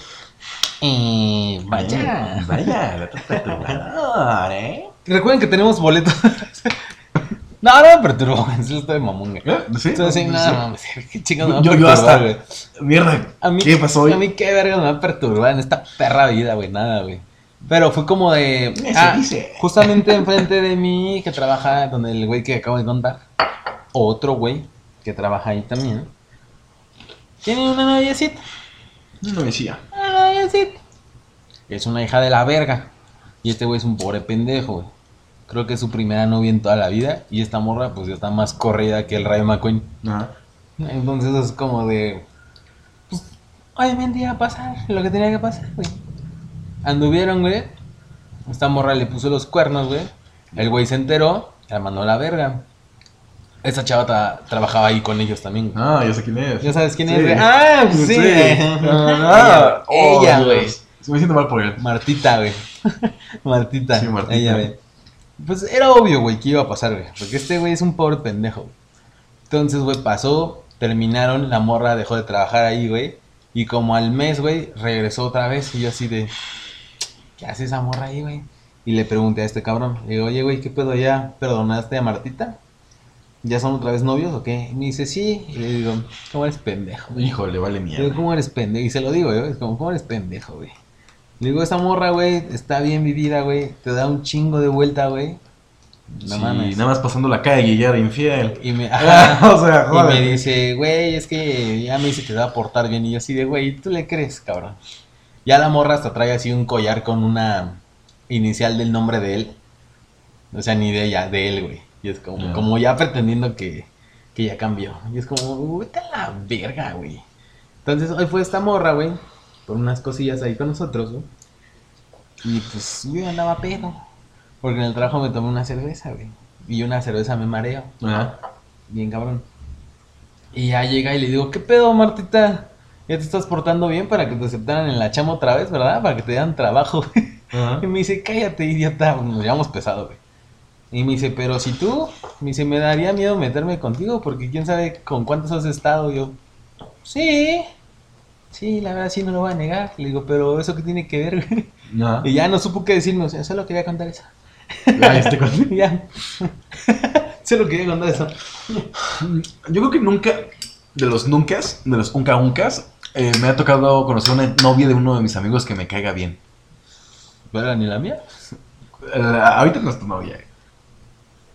Speaker 1: Eh, vaya.
Speaker 2: Eh, Vaya, la perturbador, ¿eh?
Speaker 1: Recuerden que tenemos boletos. no, no me perturbó, güey. Sí, estoy mamón, güey.
Speaker 2: ¿Eh? ¿Sí?
Speaker 1: Entonces, sí,
Speaker 2: Sí.
Speaker 1: no, mames, qué chingados me va a
Speaker 2: Yo- yo
Speaker 1: perturbar,
Speaker 2: hasta-
Speaker 1: güey.
Speaker 2: Mierda,
Speaker 1: A mí,
Speaker 2: ¿qué pasó hoy?
Speaker 1: A mí qué verga me va a perturbar en esta perra vida, güey, nada, güey. Pero fue como de... ah,
Speaker 2: Eso dice.
Speaker 1: Justamente enfrente de mí, que trabaja donde el güey que acabo de contar, otro güey que trabaja ahí también, tiene una noviecita,
Speaker 2: No decía.
Speaker 1: una noviecita. Es una hija de la verga. Y este güey es un pobre pendejo, güey. Creo que es su primera novia en toda la vida. Y esta morra, pues, ya está más corrida que el Rayo McQueen.
Speaker 2: Ajá.
Speaker 1: Entonces es como de. pues, obviamente iba a pasar lo que tenía que pasar, güey. Anduvieron, güey. Esta morra le puso los cuernos, güey. El güey se enteró, la mandó a la verga. Esa chava tra- trabajaba ahí con ellos también, güey.
Speaker 2: Ah, ya sé quién es.
Speaker 1: Ya sabes quién
Speaker 2: Sí.
Speaker 1: es, güey. Ah, pues sí. Ella,
Speaker 2: Ah, oh,
Speaker 1: ella,
Speaker 2: Dios.
Speaker 1: güey.
Speaker 2: Se me siento mal por él.
Speaker 1: Martita, güey. Martita.
Speaker 2: Sí, Martita.
Speaker 1: Ella, güey. Pues era obvio, güey, que iba a pasar, güey. Porque este güey es un pobre pendejo. güey. Entonces, güey, pasó, terminaron, la morra dejó de trabajar ahí, güey. Y como al mes, güey, regresó otra vez y yo así de... ¿Qué hace esa morra ahí, güey? Y le pregunté a este cabrón. Le digo, oye, güey, ¿qué pedo? ¿Ya perdonaste a Martita? ¿Ya son otra vez novios o qué? Y me dice, sí. Y le digo, ¿cómo eres pendejo, güey?
Speaker 2: Híjole, vale
Speaker 1: Le digo,
Speaker 2: mierda.
Speaker 1: ¿cómo eres pendejo? Y se lo digo, yo, es como, ¿cómo eres pendejo, güey? Le digo, esa morra, güey, está bien vivida, güey, te da un chingo de vuelta, güey. No
Speaker 2: Sí,
Speaker 1: mames.
Speaker 2: nada más pasando la calle y ya era infiel.
Speaker 1: Y me,
Speaker 2: Ah, o sea,
Speaker 1: y me
Speaker 2: joder.
Speaker 1: dice, güey, es que ya me dice que te va a portar bien. Y yo así de, güey, ¿tú le crees, cabrón? Ya la morra hasta trae así un collar con una inicial del nombre de él. O sea, ni de ella, de él, güey. Y es como,
Speaker 2: Ah.
Speaker 1: como ya pretendiendo que, que ya cambió. Y es como, vete a la verga, güey. Entonces, hoy fue esta morra, güey, por unas cosillas ahí con nosotros, güey. Y pues yo andaba pedo. Porque en el trabajo me tomé una cerveza, güey. Y una cerveza me mareo
Speaker 2: Ajá.
Speaker 1: bien cabrón. Y ya llega y le digo, ¿qué pedo, Martita? Ya te estás portando bien para que te aceptaran en la chama otra vez, ¿verdad? Para que te dieran trabajo.
Speaker 2: Ajá.
Speaker 1: Y me dice, cállate, idiota, nos llevamos pesado, güey. Y me dice, pero si tú, me dice, me daría miedo meterme contigo porque quién sabe con cuántos has estado. Yo, sí, sí, la verdad sí, no lo voy a negar. Le digo, pero eso que tiene que ver, güey?".
Speaker 2: Ajá.
Speaker 1: Y ya no supo qué decirme, o sea, solo quería contar eso.
Speaker 2: Ya, este con-
Speaker 1: ya, solo quería contar eso.
Speaker 2: Yo creo que nunca, de los nunca, de los unca uncas, eh, me ha tocado conocer una novia de uno de mis amigos que me caiga bien.
Speaker 1: ¿Pero ni la mía?
Speaker 2: La- ahorita no es tu novia. eh.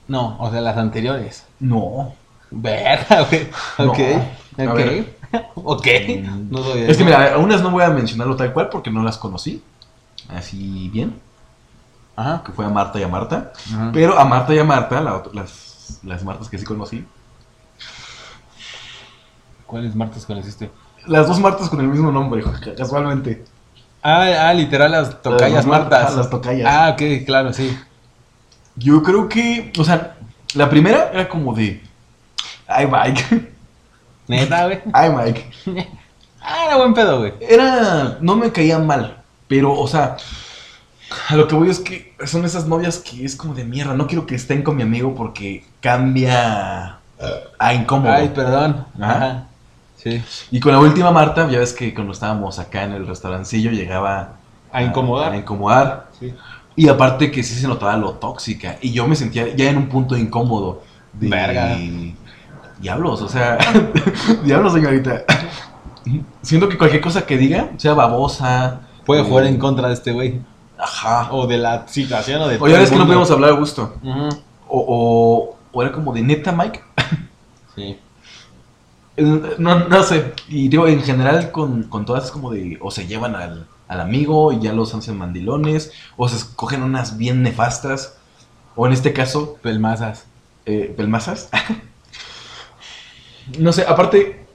Speaker 1: No, o sea, las anteriores.
Speaker 2: No.
Speaker 1: Verga, güey.
Speaker 2: No.
Speaker 1: Ok.
Speaker 2: A
Speaker 1: ok.
Speaker 2: ver.
Speaker 1: ok.
Speaker 2: Mm.
Speaker 1: No doy
Speaker 2: Es que mira, unas no voy a mencionarlo tal cual porque no las conocí. Así bien.
Speaker 1: Ajá.
Speaker 2: Que fue a Marta y a Marta.
Speaker 1: Ajá.
Speaker 2: Pero a Marta y a Marta, la otra- las
Speaker 1: Martas?
Speaker 2: Las Martas que sí conocí.
Speaker 1: ¿Cuáles Martas conociste?
Speaker 2: Las dos Martas con el mismo nombre, casualmente.
Speaker 1: Ah, ah, literal, las
Speaker 2: Las
Speaker 1: tocallas
Speaker 2: Martas,
Speaker 1: Martas.
Speaker 2: las tocallas.
Speaker 1: Ah, ok, claro, sí.
Speaker 2: Yo creo que, o sea, la primera era como de. Ay, Mike.
Speaker 1: Neta, güey.
Speaker 2: Ay, Mike.
Speaker 1: Ah, era buen pedo, güey.
Speaker 2: Era. No me caía mal. Pero, o sea. A lo que voy es que son esas novias que es como de mierda. No quiero que estén con mi amigo porque cambia a incómodo.
Speaker 1: Ay, perdón.
Speaker 2: Ajá.
Speaker 1: Ajá. Sí.
Speaker 2: Y con la última Marta, ya ves que cuando estábamos acá en el restaurancillo llegaba
Speaker 1: A
Speaker 2: Ah, A,
Speaker 1: incomodar.
Speaker 2: incomodar.
Speaker 1: Sí.
Speaker 2: Y aparte que sí se notaba lo tóxica. Y yo me sentía ya en un punto incómodo. De...
Speaker 1: Verga.
Speaker 2: Diablos, o sea. diablos, señorita. Siento que cualquier cosa que diga, sea babosa.
Speaker 1: Puede
Speaker 2: eh,
Speaker 1: jugar en contra de este güey.
Speaker 2: Ajá.
Speaker 1: O de la situación o de
Speaker 2: O ya
Speaker 1: todo
Speaker 2: ves
Speaker 1: el
Speaker 2: que no
Speaker 1: mundo.
Speaker 2: podíamos hablar a gusto.
Speaker 1: Ujú.
Speaker 2: O, o, o era como de neta, Mike.
Speaker 1: Sí.
Speaker 2: No, no sé. Y digo, en general con, con todas es como de. O se llevan al, al amigo y ya los hacen mandilones. O se escogen unas bien nefastas. O en este caso,
Speaker 1: Pelmazas.
Speaker 2: eh, pelmazas. no sé, aparte.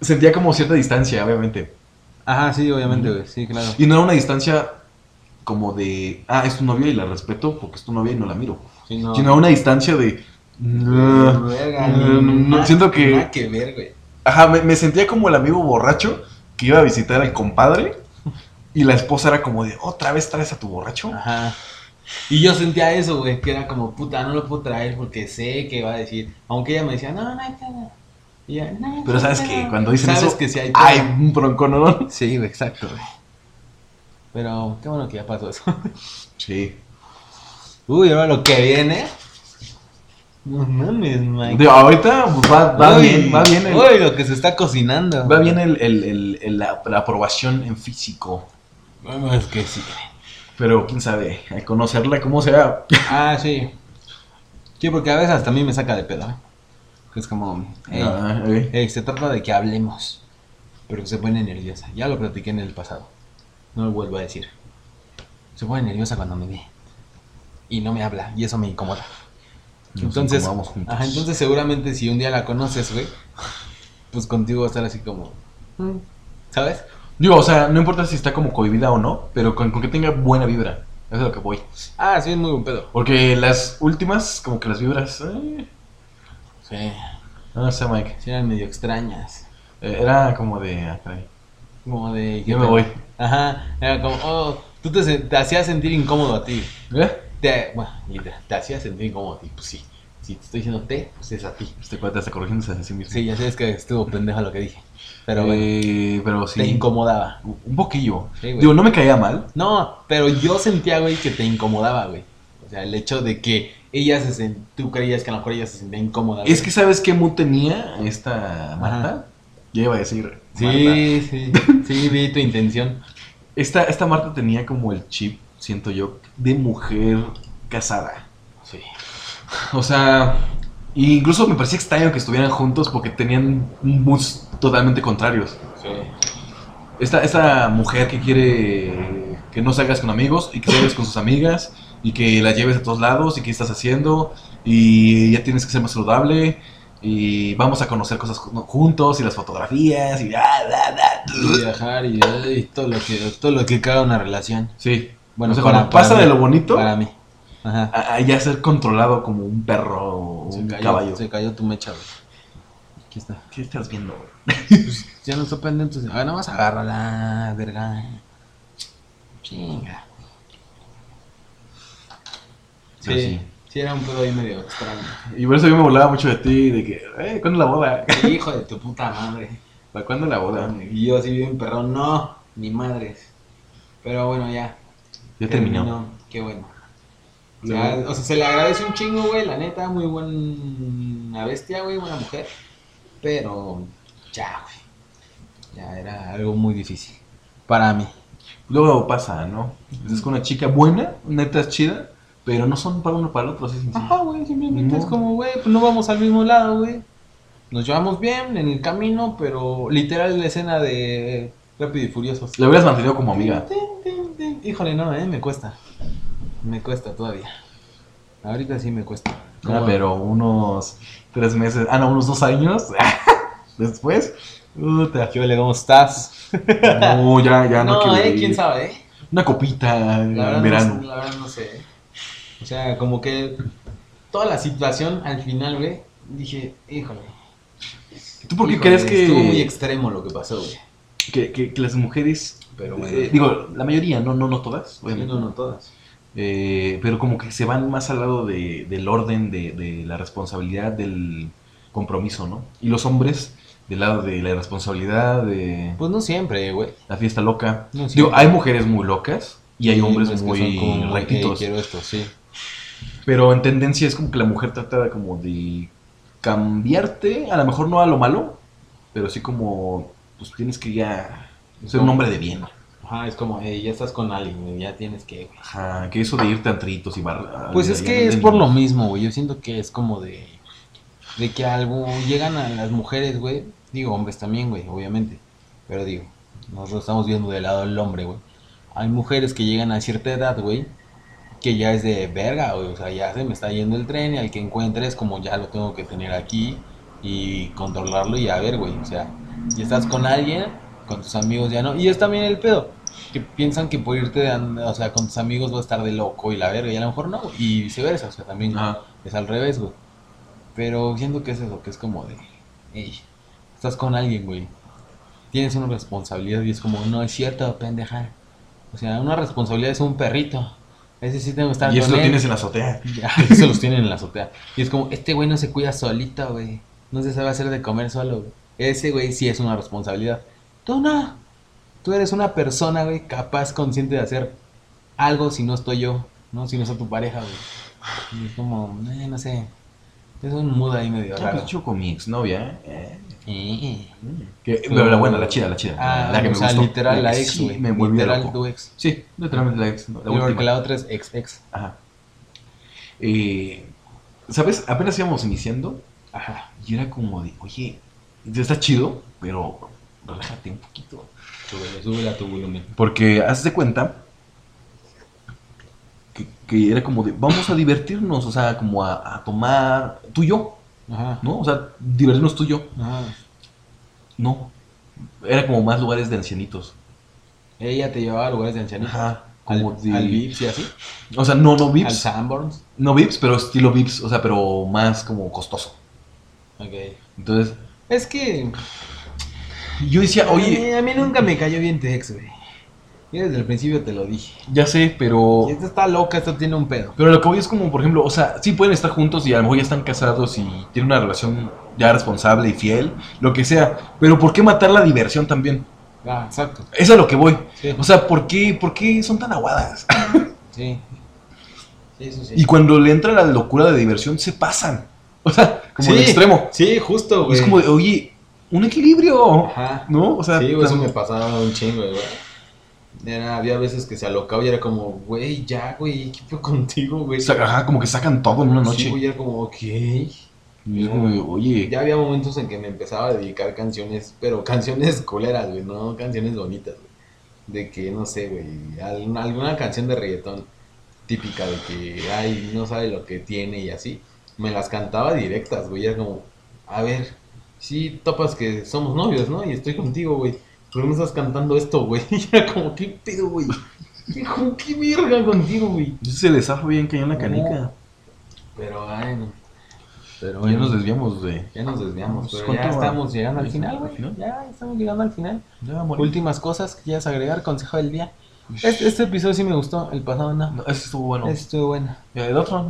Speaker 2: Sentía como cierta distancia, obviamente.
Speaker 1: Ajá, sí, obviamente,
Speaker 2: Ujú.
Speaker 1: güey. Sí, claro.
Speaker 2: Y no era una distancia como de. Ah, es tu novia y la respeto porque es tu novia y no la miro.
Speaker 1: Sí, no.
Speaker 2: Sino una distancia de. "Ah".
Speaker 1: Verga,
Speaker 2: no,
Speaker 1: ni
Speaker 2: no,
Speaker 1: nada-
Speaker 2: siento que-
Speaker 1: nada que ver, güey.
Speaker 2: Ajá, me, me sentía como el amigo borracho que iba a visitar al compadre y la esposa era como de, otra vez traes a tu borracho.
Speaker 1: Ajá. Y yo sentía eso, güey, que era como, puta, no lo puedo traer porque sé que va a decir. Aunque ella me decía, no, no hay pedo. Y yo, "No, no
Speaker 2: Pero
Speaker 1: hay
Speaker 2: sabes
Speaker 1: pedo".
Speaker 2: que cuando dicen
Speaker 1: Sabes
Speaker 2: eso,
Speaker 1: que sí hay
Speaker 2: ay,
Speaker 1: pedo.
Speaker 2: un bronco, ¿no?
Speaker 1: Sí, güey, exacto, güey. Pero qué bueno que ya pasó eso.
Speaker 2: Sí.
Speaker 1: Uy, ahora lo que viene. No mames, Mike.
Speaker 2: Digo, ahorita pues, va, va
Speaker 1: Uy,
Speaker 2: bien, va bien el,
Speaker 1: Uy, lo que se está cocinando.
Speaker 2: va bien eh. el, el- el- el- la, la aprobación en físico.
Speaker 1: Bueno, es que sí.
Speaker 2: Pero quién sabe, al conocerla como sea.
Speaker 1: Ah, sí. Sí, porque a veces hasta a mí me saca de pedo. ¿eh? Es como, hey,
Speaker 2: Ah, eh.
Speaker 1: hey, se trata de que hablemos. Pero se pone nerviosa. Ya lo platiqué en el pasado. No lo vuelvo a decir. Se pone nerviosa cuando me ve. Y no me habla. Y eso me incomoda.
Speaker 2: Nos
Speaker 1: entonces,
Speaker 2: incomodamos juntos.
Speaker 1: ajá, entonces seguramente si un día la conoces, güey, pues contigo va a estar así como, mm, ¿sabes?
Speaker 2: Digo, o sea, no importa si está como cohibida o no, pero con, con que tenga buena vibra. Eso es a lo que voy.
Speaker 1: Ah, sí, es muy buen pedo.
Speaker 2: Porque las últimas, como que las vibras. eh, ah,
Speaker 1: Sí,
Speaker 2: no sé, Mike.
Speaker 1: sí eran medio extrañas.
Speaker 2: Eh, Era como de. ah, caray.
Speaker 1: Como de...
Speaker 2: Yo me voy.
Speaker 1: Ajá, era como, oh, tú te, se- te hacías sentir incómodo a ti.
Speaker 2: ¿Eh?
Speaker 1: Te, bueno, y te, te hacías sentir incómodo a ti, pues sí. Si te estoy diciendo te, pues es a ti.
Speaker 2: Este cuate está corrigiéndose a sí mismo.
Speaker 1: Sí, ya sabes que estuvo pendejo lo que dije. Pero bueno,
Speaker 2: Eh, pero sí.
Speaker 1: te incomodaba.
Speaker 2: Un poquillo.
Speaker 1: Sí, güey.
Speaker 2: Digo, no me caía mal.
Speaker 1: No, pero yo sentía, güey, que te incomodaba, güey. O sea, el hecho de que ella se sentía, tú creías que a lo mejor ella se sentía incómoda. güey.
Speaker 2: Es que, ¿sabes qué mood tenía esta Marta?
Speaker 1: Ajá.
Speaker 2: Ya iba a decir. Marta.
Speaker 1: Sí, sí, sí, vi tu intención.
Speaker 2: Esta, esta Marta tenía como el chip, siento yo, de mujer casada.
Speaker 1: Sí.
Speaker 2: O sea, incluso me parecía extraño que estuvieran juntos porque tenían moods totalmente contrarios.
Speaker 1: Sí.
Speaker 2: Esta, esta mujer que quiere que no salgas con amigos y que salgas con sus amigas y que la lleves a todos lados y que estás haciendo y ya tienes que ser más saludable y vamos a conocer cosas ju- juntos y las fotografías y bla, bla,
Speaker 1: Y
Speaker 2: bla.
Speaker 1: viajar y, y todo lo que todo lo que caga una relación.
Speaker 2: Sí.
Speaker 1: Bueno,
Speaker 2: O sea,
Speaker 1: para-
Speaker 2: cuando
Speaker 1: para
Speaker 2: pasa
Speaker 1: mí.
Speaker 2: de lo bonito
Speaker 1: Para mí. Ajá.
Speaker 2: a, a ya ser controlado como un perro o
Speaker 1: Se
Speaker 2: un
Speaker 1: cayó,
Speaker 2: caballo.
Speaker 1: Se cayó tu mecha, güey. Aquí está.
Speaker 2: ¿Qué estás viendo? güey?
Speaker 1: Ya no está pendiente. A ver, nada más agárrala, verga. Chinga. Sí,
Speaker 2: Pero sí.
Speaker 1: sí, era un pedo ahí medio extraño.
Speaker 2: Y por eso yo me volaba mucho de ti, de que, eh, ¿cuándo la boda?
Speaker 1: Hijo de tu puta madre.
Speaker 2: ¿Cuándo la boda?
Speaker 1: Y yo así bien perrón, no, ni madres. Pero bueno, ya.
Speaker 2: Ya terminó.
Speaker 1: Terminó, Qué bueno. O sea,
Speaker 2: Luego-
Speaker 1: o sea, se le agradece un chingo, güey, la neta, muy buena bestia, güey, buena mujer. Pero ya, güey. Ya era algo muy difícil. Para mí.
Speaker 2: Luego pasa, ¿no? Es con una chica buena, neta es chida, pero no son para uno para el otro, así sencillo.
Speaker 1: Ajá, güey, simplemente
Speaker 2: No.
Speaker 1: es como, güey, pues no vamos al mismo lado, güey. Nos llevamos bien en el camino, pero literal la escena de Rápido y Furiosos.
Speaker 2: La hubieras mantenido como amiga.
Speaker 1: Tin, tin, tin. Híjole, no, eh, me cuesta. Me cuesta todavía. Ahorita sí me cuesta.
Speaker 2: Ah,
Speaker 1: ¿Cómo?
Speaker 2: pero unos tres meses, ah, no, unos dos años después. puta.
Speaker 1: ¿Qué ole, cómo estás?
Speaker 2: No, ya, ya no, quiero
Speaker 1: eh,
Speaker 2: ir.
Speaker 1: quién sabe, eh.
Speaker 2: Una copita en
Speaker 1: La verdad,
Speaker 2: verano.
Speaker 1: No, sé, la verdad no sé. O sea, como que toda la situación al final, güey, dije, híjole.
Speaker 2: ¿Tú por qué
Speaker 1: híjole,
Speaker 2: crees
Speaker 1: Estuvo muy
Speaker 2: que,
Speaker 1: extremo lo que pasó, güey.
Speaker 2: que, que- que las mujeres,
Speaker 1: Pero bueno.
Speaker 2: eh, digo, la mayoría, no, no, no todas, obviamente,
Speaker 1: no, no todas.
Speaker 2: eh, pero como que se van más al lado de- del orden, de, de la responsabilidad, del compromiso, ¿no? Y los hombres del lado de la irresponsabilidad, de
Speaker 1: Pues no siempre, güey.
Speaker 2: la fiesta loca.
Speaker 1: No
Speaker 2: Digo,
Speaker 1: siempre.
Speaker 2: hay mujeres muy locas y hay
Speaker 1: Sí,
Speaker 2: hombres
Speaker 1: pues, que son como
Speaker 2: muy
Speaker 1: muy, "Ey,
Speaker 2: rectitos.
Speaker 1: quiero esto, sí.
Speaker 2: Pero en tendencia es como que la mujer trata de como de cambiarte, a lo mejor no a lo malo, pero sí como, pues tienes que ya ser un hombre de bien.
Speaker 1: Ajá, es como, "Ey, ya estás con alguien, güey, ya tienes que, güey".
Speaker 2: Ajá, que eso de irte a tritos y barra.
Speaker 1: Pues es que es por lo mismo, güey. Yo siento que es como de. De que algo. Llegan a las mujeres, güey. Digo, hombres también, güey, obviamente. Pero digo, nosotros estamos viendo del lado del hombre, güey. Hay mujeres que llegan a cierta edad, güey. Que ya es de verga, güey. O sea, ya se me está yendo el tren y al que encuentre es como ya lo tengo que tener aquí y controlarlo y a ver, güey. O sea, y estás con alguien, con tus amigos ya no. Y es también el pedo que piensan que por irte de and- o sea, con tus amigos va a estar de loco y la verga, y a lo mejor no, güey, y viceversa, o sea, también
Speaker 2: Ajá.
Speaker 1: es al revés, güey. Pero siento que es eso, que es como de, "Ey, estás con alguien, güey, tienes una responsabilidad y es como, no es cierto, pendeja. O sea, una responsabilidad es un perrito, ese sí tengo que estar
Speaker 2: Y
Speaker 1: con
Speaker 2: eso lo
Speaker 1: él.
Speaker 2: tienes en la azotea.
Speaker 1: Ya, se los tienen en la azotea. Y es como, este güey no se cuida solito, güey. No se sabe hacer de comer solo, güey. Ese güey sí es una responsabilidad. Tú no. Tú eres una persona, güey, capaz, consciente de hacer algo si no estoy yo, ¿no? Si no está tu pareja, güey. Y es como, eh, no sé. Es un muda ahí medio
Speaker 2: Ah,
Speaker 1: raro.
Speaker 2: pues yo con mi exnovia, ¿eh?
Speaker 1: Eh.
Speaker 2: Que- pero la buena, la chida, la chida.
Speaker 1: Ah,
Speaker 2: la que
Speaker 1: o
Speaker 2: me
Speaker 1: sea,
Speaker 2: gustó.
Speaker 1: literal, la
Speaker 2: que
Speaker 1: ex,
Speaker 2: sí
Speaker 1: güey.
Speaker 2: me volvió
Speaker 1: literal,
Speaker 2: loco.
Speaker 1: tu ex.
Speaker 2: Sí, literalmente la ex. La
Speaker 1: Pero porque
Speaker 2: última.
Speaker 1: la otra es ex, ex.
Speaker 2: Ajá. Eh, ¿Sabes? Apenas íbamos iniciando
Speaker 1: Ajá.
Speaker 2: Y era como de, oye, está chido, pero relájate un poquito.
Speaker 1: Súbele, súbele a tu volumen.
Speaker 2: Porque haz de cuenta que, que era como de, vamos a divertirnos, o sea, como a, a tomar tú y yo,
Speaker 1: Ajá.
Speaker 2: ¿no? O sea, divertirnos tú y yo.
Speaker 1: Ajá.
Speaker 2: No. Era como más lugares de ancianitos.
Speaker 1: Ella te llevaba a lugares de ancianos.
Speaker 2: Ajá. Como
Speaker 1: Al,
Speaker 2: de.
Speaker 1: al Vips y así.
Speaker 2: O sea, no, no
Speaker 1: Al
Speaker 2: VIPs.
Speaker 1: Sanborns.
Speaker 2: No VIPs, pero estilo VIPs, o sea, pero más como costoso.
Speaker 1: Ok.
Speaker 2: Entonces,
Speaker 1: Es que.
Speaker 2: yo decía, oye,
Speaker 1: a mí nunca me cayó bien tu ex, güey. Yo desde el principio te lo dije.
Speaker 2: ya sé, pero.
Speaker 1: Y Esta está loca, esta tiene un pedo.
Speaker 2: Pero lo que voy es como, por ejemplo, o sea, sí pueden estar juntos y a lo mejor ya están casados y tienen una relación ya responsable y fiel, lo que sea. Pero ¿por qué matar la diversión también?
Speaker 1: Ah, exacto.
Speaker 2: Eso es a lo que voy.
Speaker 1: Sí,
Speaker 2: O sea, ¿por qué, por qué son tan aguadas?
Speaker 1: sí. Sí, eso sí.
Speaker 2: Y cuando le entra la locura de diversión, se pasan. O sea, como el
Speaker 1: Sí.
Speaker 2: extremo.
Speaker 1: Sí, justo,
Speaker 2: Y es como de, oye, un equilibrio.
Speaker 1: Ajá.
Speaker 2: ¿No? O sea,
Speaker 1: Sí, güey, eso me
Speaker 2: tan-
Speaker 1: pasaba un chingo, güey. Era, había veces que se alocaba y era como, güey, ya, güey, ¿qué fue contigo, güey?
Speaker 2: o sea, ajá, como que sacan todo en una
Speaker 1: Sí,
Speaker 2: noche.
Speaker 1: güey, era como, ok.
Speaker 2: y es como, de, oye,
Speaker 1: Ya había momentos en que me empezaba a dedicar canciones, pero canciones culeras, güey, no canciones bonitas, güey. De que, no sé, güey, alguna, alguna canción de reggaetón típica de que, ay, no sabe lo que tiene y así. Me las cantaba directas, güey, era como, a ver, sí topas que somos novios, ¿no? Y estoy contigo, güey. Pero me estás cantando esto, güey. Y era como, ¿qué pedo, güey? ¿Qué, con qué verga contigo, güey?
Speaker 2: se les zafa bien que hay una
Speaker 1: No.
Speaker 2: canica.
Speaker 1: Pero, ay, no. Pero,
Speaker 2: Ya nos
Speaker 1: bueno.
Speaker 2: desviamos de...
Speaker 1: Ya nos desviamos,
Speaker 2: Pues,
Speaker 1: pero ya
Speaker 2: ¿cuánto va?
Speaker 1: estamos llegando al
Speaker 2: ¿Ya
Speaker 1: final,
Speaker 2: estamos al
Speaker 1: güey.
Speaker 2: final?
Speaker 1: Ya estamos llegando al final.
Speaker 2: Ya, amor.
Speaker 1: Últimas cosas que quieras agregar, consejo del día. Este, este episodio sí me gustó, el pasado no.
Speaker 2: No, ese estuvo bueno.
Speaker 1: Estuvo bueno.
Speaker 2: Y el otro, no,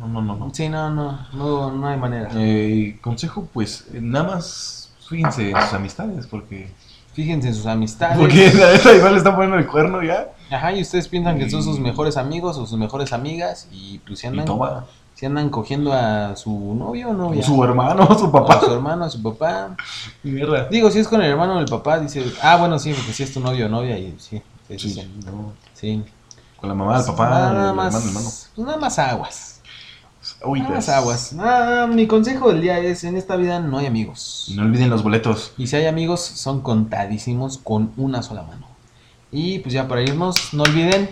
Speaker 2: no, no, no, no, no.
Speaker 1: Sí, no, no, no, no hay manera.
Speaker 2: Eh, consejo, pues, eh, nada más fíjense en sus amistades, porque...
Speaker 1: Fíjense en sus amistades.
Speaker 2: Porque la neta igual le están poniendo el cuerno ya.
Speaker 1: Ajá, y ustedes piensan que son sus mejores amigos o sus mejores amigas y pues si
Speaker 2: Y
Speaker 1: andan,
Speaker 2: toma.
Speaker 1: si andan cogiendo a su novio o novia.
Speaker 2: Su hermano, su
Speaker 1: A
Speaker 2: papá.
Speaker 1: su hermano, a su papá.
Speaker 2: Mierda.
Speaker 1: Digo, si es con el hermano o el papá, dice, ah, bueno, sí, porque si es tu novio o novia, y sí, sí, sí,
Speaker 2: Sí,
Speaker 1: sí.
Speaker 2: no.
Speaker 1: sí.
Speaker 2: Con la mamá, el papá,
Speaker 1: Nada
Speaker 2: el
Speaker 1: más-
Speaker 2: hermano, el hermano.
Speaker 1: pues nada más aguas.
Speaker 2: Uy, pues.
Speaker 1: Nada más
Speaker 2: las-
Speaker 1: aguas. Nada, mi consejo del día es, en esta vida no hay amigos.
Speaker 2: Y no olviden los boletos.
Speaker 1: Y si hay amigos, son contadísimos con una sola mano. Y pues ya para irnos, no olviden,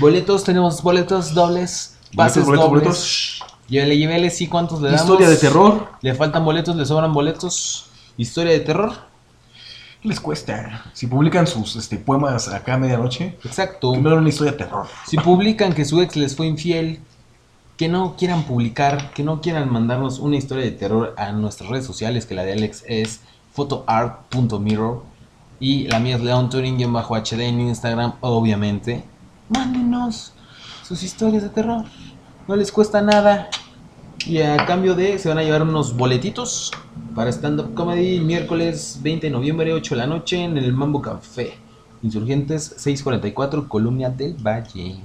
Speaker 1: boletos, tenemos boletos dobles, pases
Speaker 2: boletos, boletos,
Speaker 1: dobles.
Speaker 2: boletos.
Speaker 1: Llévele, llévele, sí, ¿cuántos le damos?
Speaker 2: Historia de terror.
Speaker 1: ¿Le faltan boletos? ¿Le sobran boletos? ¿Historia de terror?
Speaker 2: ¿Qué les cuesta? Si publican sus este, poemas acá a medianoche,
Speaker 1: Exacto.
Speaker 2: primero una historia de terror.
Speaker 1: Si publican que su ex les fue infiel, que no quieran publicar, que no quieran mandarnos una historia de terror a nuestras redes sociales, que la de Alex es photoart.mirror y la mía es Leon bajo HD en Instagram, obviamente. Mándenos sus historias de terror, no les cuesta nada. Y a cambio de, se van a llevar unos boletitos para stand-up comedy miércoles 20 de noviembre, 8 de la noche, en el Mambo Café. Insurgentes 644, Colonia del Valle.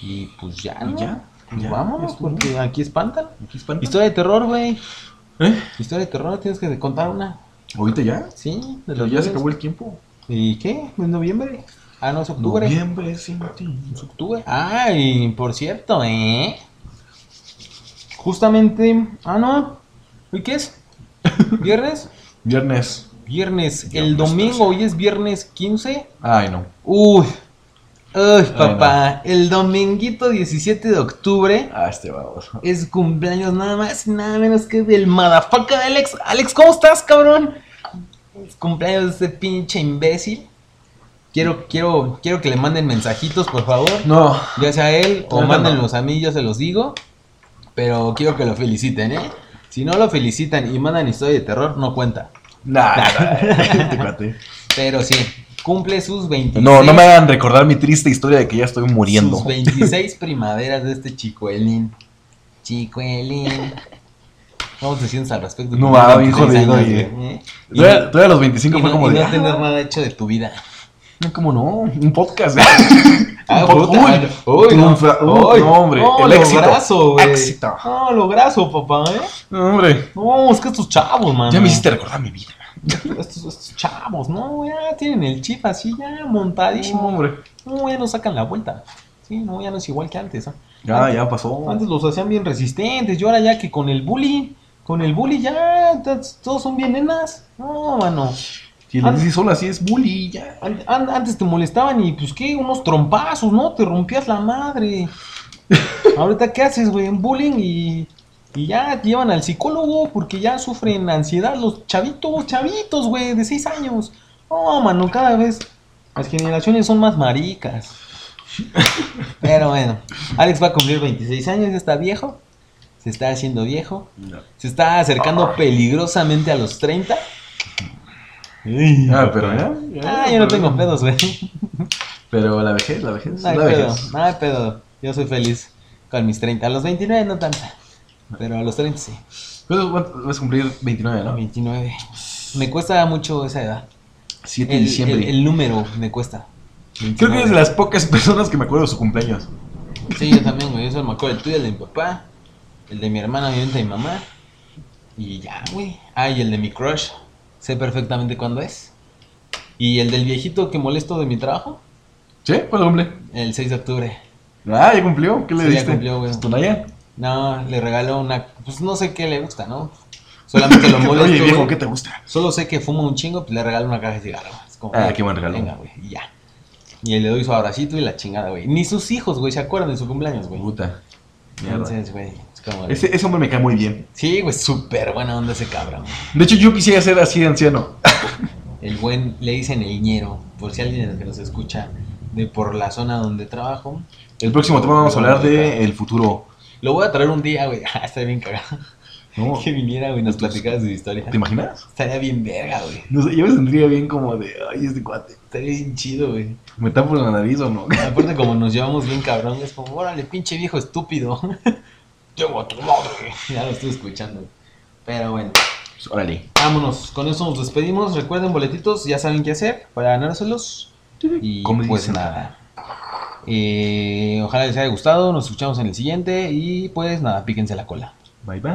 Speaker 1: Y pues ya,
Speaker 2: Y
Speaker 1: ¿no?
Speaker 2: ya,
Speaker 1: Pues
Speaker 2: ya,
Speaker 1: vámonos,
Speaker 2: estuvo.
Speaker 1: porque aquí espantan.
Speaker 2: Aquí espantan.
Speaker 1: Historia de terror, güey.
Speaker 2: ¿Eh?
Speaker 1: Historia de terror, tienes que contar una.
Speaker 2: ¿Ahorita ya?
Speaker 1: Sí, de
Speaker 2: Pero
Speaker 1: los
Speaker 2: ya se
Speaker 1: lunes.
Speaker 2: acabó el tiempo.
Speaker 1: ¿Y qué? ¿En noviembre? Ah, no, es octubre.
Speaker 2: Noviembre sin ti.
Speaker 1: Es octubre. Ah, y por cierto, ¿eh? Justamente. Ah, no. ¿Hoy qué es? ¿Viernes?
Speaker 2: Viernes.
Speaker 1: Viernes. El
Speaker 2: Viernes
Speaker 1: domingo, hoy es viernes 15.
Speaker 2: Ay, no.
Speaker 1: Uy. Uy, papá. El dominguito 17 de octubre.
Speaker 2: Ah, este baboso.
Speaker 1: Es cumpleaños nada más y nada menos que del madafaca de Alex. Alex, ¿cómo estás, cabrón? Es cumpleaños de este pinche imbécil. Quiero, quiero, quiero que le manden mensajitos, por favor.
Speaker 2: No.
Speaker 1: Ya sea a él o
Speaker 2: No, no,
Speaker 1: mándenlos a mí, yo se los digo. Pero quiero que lo feliciten, ¿eh? Si no lo felicitan y mandan historia de terror, no cuenta.
Speaker 2: Nah, este cuate.
Speaker 1: Pero sí, cumple sus 26,
Speaker 2: No, no me hagan recordar mi triste historia de que ya estoy muriendo.
Speaker 1: sus 26 primaveras de este chicuelín. Chicuelín. ¿Cómo te sientes al respecto?
Speaker 2: No,
Speaker 1: Tienes
Speaker 2: ah, bien
Speaker 1: 26
Speaker 2: jodido,
Speaker 1: años,
Speaker 2: oye.
Speaker 1: güey, ¿eh? Y no-
Speaker 2: Todavía todavía a los 25
Speaker 1: y
Speaker 2: fue
Speaker 1: no-
Speaker 2: como
Speaker 1: y
Speaker 2: de.
Speaker 1: no tener
Speaker 2: ah,
Speaker 1: nada hecho de tu vida.
Speaker 2: ¿Cómo no? Un podcast. ¿eh?
Speaker 1: Ah,
Speaker 2: Un pod-
Speaker 1: puta,
Speaker 2: uy,
Speaker 1: ah, uy, no.
Speaker 2: triunfa- uy,
Speaker 1: Uy, Oh,
Speaker 2: no, hombre.
Speaker 1: no,
Speaker 2: el
Speaker 1: lo
Speaker 2: éxito.
Speaker 1: graso, güey.
Speaker 2: Éxito.
Speaker 1: No, lo graso, papá, ¿eh?
Speaker 2: No, hombre.
Speaker 1: No, es que estos chavos, man.
Speaker 2: Ya me hiciste recordar mi vida.
Speaker 1: Estos, estos chavos, no, ya tienen el chip así, ya
Speaker 2: No,
Speaker 1: montadísimo.
Speaker 2: hombre.
Speaker 1: No, ya no sacan la vuelta. Sí, no, ya no es igual que antes. ¿ah?
Speaker 2: Ya, ya pasó.
Speaker 1: Antes los hacían bien resistentes, yo ahora ya que con el bully, con el bully ya t- todos son bien nenas. No, mano.
Speaker 2: Si le dices solo así es bully, ya.
Speaker 1: An- an- antes te molestaban y pues qué, unos trompazos, ¿no? Te rompías la madre. Ahorita qué haces, güey, un bullying y, y ya te llevan al psicólogo porque ya sufren ansiedad los chavitos, chavitos, güey, de 6 años. No, mano, cada vez las generaciones son más maricas. Pero bueno, Alex va a cumplir 26 años, ya está viejo, se está haciendo viejo, se está acercando peligrosamente a los 30.
Speaker 2: Ah, pero ya. ya,
Speaker 1: Ah, yo no
Speaker 2: pero-
Speaker 1: tengo pedos, güey.
Speaker 2: Pero la vejez, la vejez.
Speaker 1: No hay
Speaker 2: la
Speaker 1: pedo,
Speaker 2: vejez.
Speaker 1: no hay pedo. Yo soy feliz con mis 30. A los 29 no tanto, pero a los 30 sí.
Speaker 2: Pero Pues, vas vas a cumplir 29,
Speaker 1: A
Speaker 2: ¿no?
Speaker 1: 29. Me cuesta mucho esa edad.
Speaker 2: 7 de
Speaker 1: El,
Speaker 2: diciembre.
Speaker 1: el- el número me cuesta.
Speaker 2: Creo que eres de las pocas personas que me acuerdo de su cumpleaños.
Speaker 1: Sí, yo también, güey. Yo solo me acuerdo el tuyo, el de mi papá, el de mi hermana, mi y mi mamá. Y ya, güey. Ah, y el de mi crush. Sé perfectamente cuándo es. Y el del viejito que molesto de mi trabajo,
Speaker 2: ¿Sí? ¿Cuándo cumple?
Speaker 1: el 6 de octubre.
Speaker 2: Ah, ya cumplió. ¿Qué le
Speaker 1: Sí, ya
Speaker 2: diste? Pues,
Speaker 1: cumplió, güey.
Speaker 2: ¿Tonaya?
Speaker 1: No, le regaló una. Pues no sé qué le gusta, ¿no? Solamente lo molesto.
Speaker 2: Oye, viejo,
Speaker 1: güey.
Speaker 2: ¿qué te gusta?
Speaker 1: Solo sé que fuma un chingo, pues le regalo una caja de cigarros. Es como,
Speaker 2: Ah,
Speaker 1: "Venga,
Speaker 2: qué buen regalo".
Speaker 1: Venga, güey, y ya. Y le doy su abracito y la chingada, güey. Ni sus hijos, güey, se acuerdan de su cumpleaños, güey.
Speaker 2: Puta. Mierda.
Speaker 1: Entonces, güey, es como. de-
Speaker 2: Ese, ese hombre me cae muy bien.
Speaker 1: Sí, güey, súper buena onda ese cabrón.
Speaker 2: De hecho, yo quisiera ser así de anciano.
Speaker 1: El buen, le dicen el ñero, por si alguien que nos escucha de por la zona donde trabajo.
Speaker 2: El próximo tema vamos a hablar de eh, el futuro.
Speaker 1: Lo voy a traer un día, güey. Ah, estaría bien cagado.
Speaker 2: ¿No?
Speaker 1: Que viniera, güey, y nos platicara su historia.
Speaker 2: ¿Te imaginas?
Speaker 1: Estaría bien verga, güey.
Speaker 2: No sé, yo me sentiría bien como de, ay, este cuate.
Speaker 1: Estaría bien chido, güey.
Speaker 2: ¿Me tapo la nariz o no?
Speaker 1: Aparte, como nos llevamos bien cabrón, es como, órale, pinche viejo estúpido. Llevo a tu madre. Ya lo estoy escuchando. Pero bueno,
Speaker 2: Pues, órale.
Speaker 1: vámonos. Con eso nos despedimos. Recuerden, boletitos, ya saben qué hacer para ganárselos. Y
Speaker 2: Comedy
Speaker 1: pues
Speaker 2: Central.
Speaker 1: nada. Eh, ojalá les haya gustado. Nos escuchamos en el siguiente. Y pues nada, píquense la cola.
Speaker 2: Bye, bye.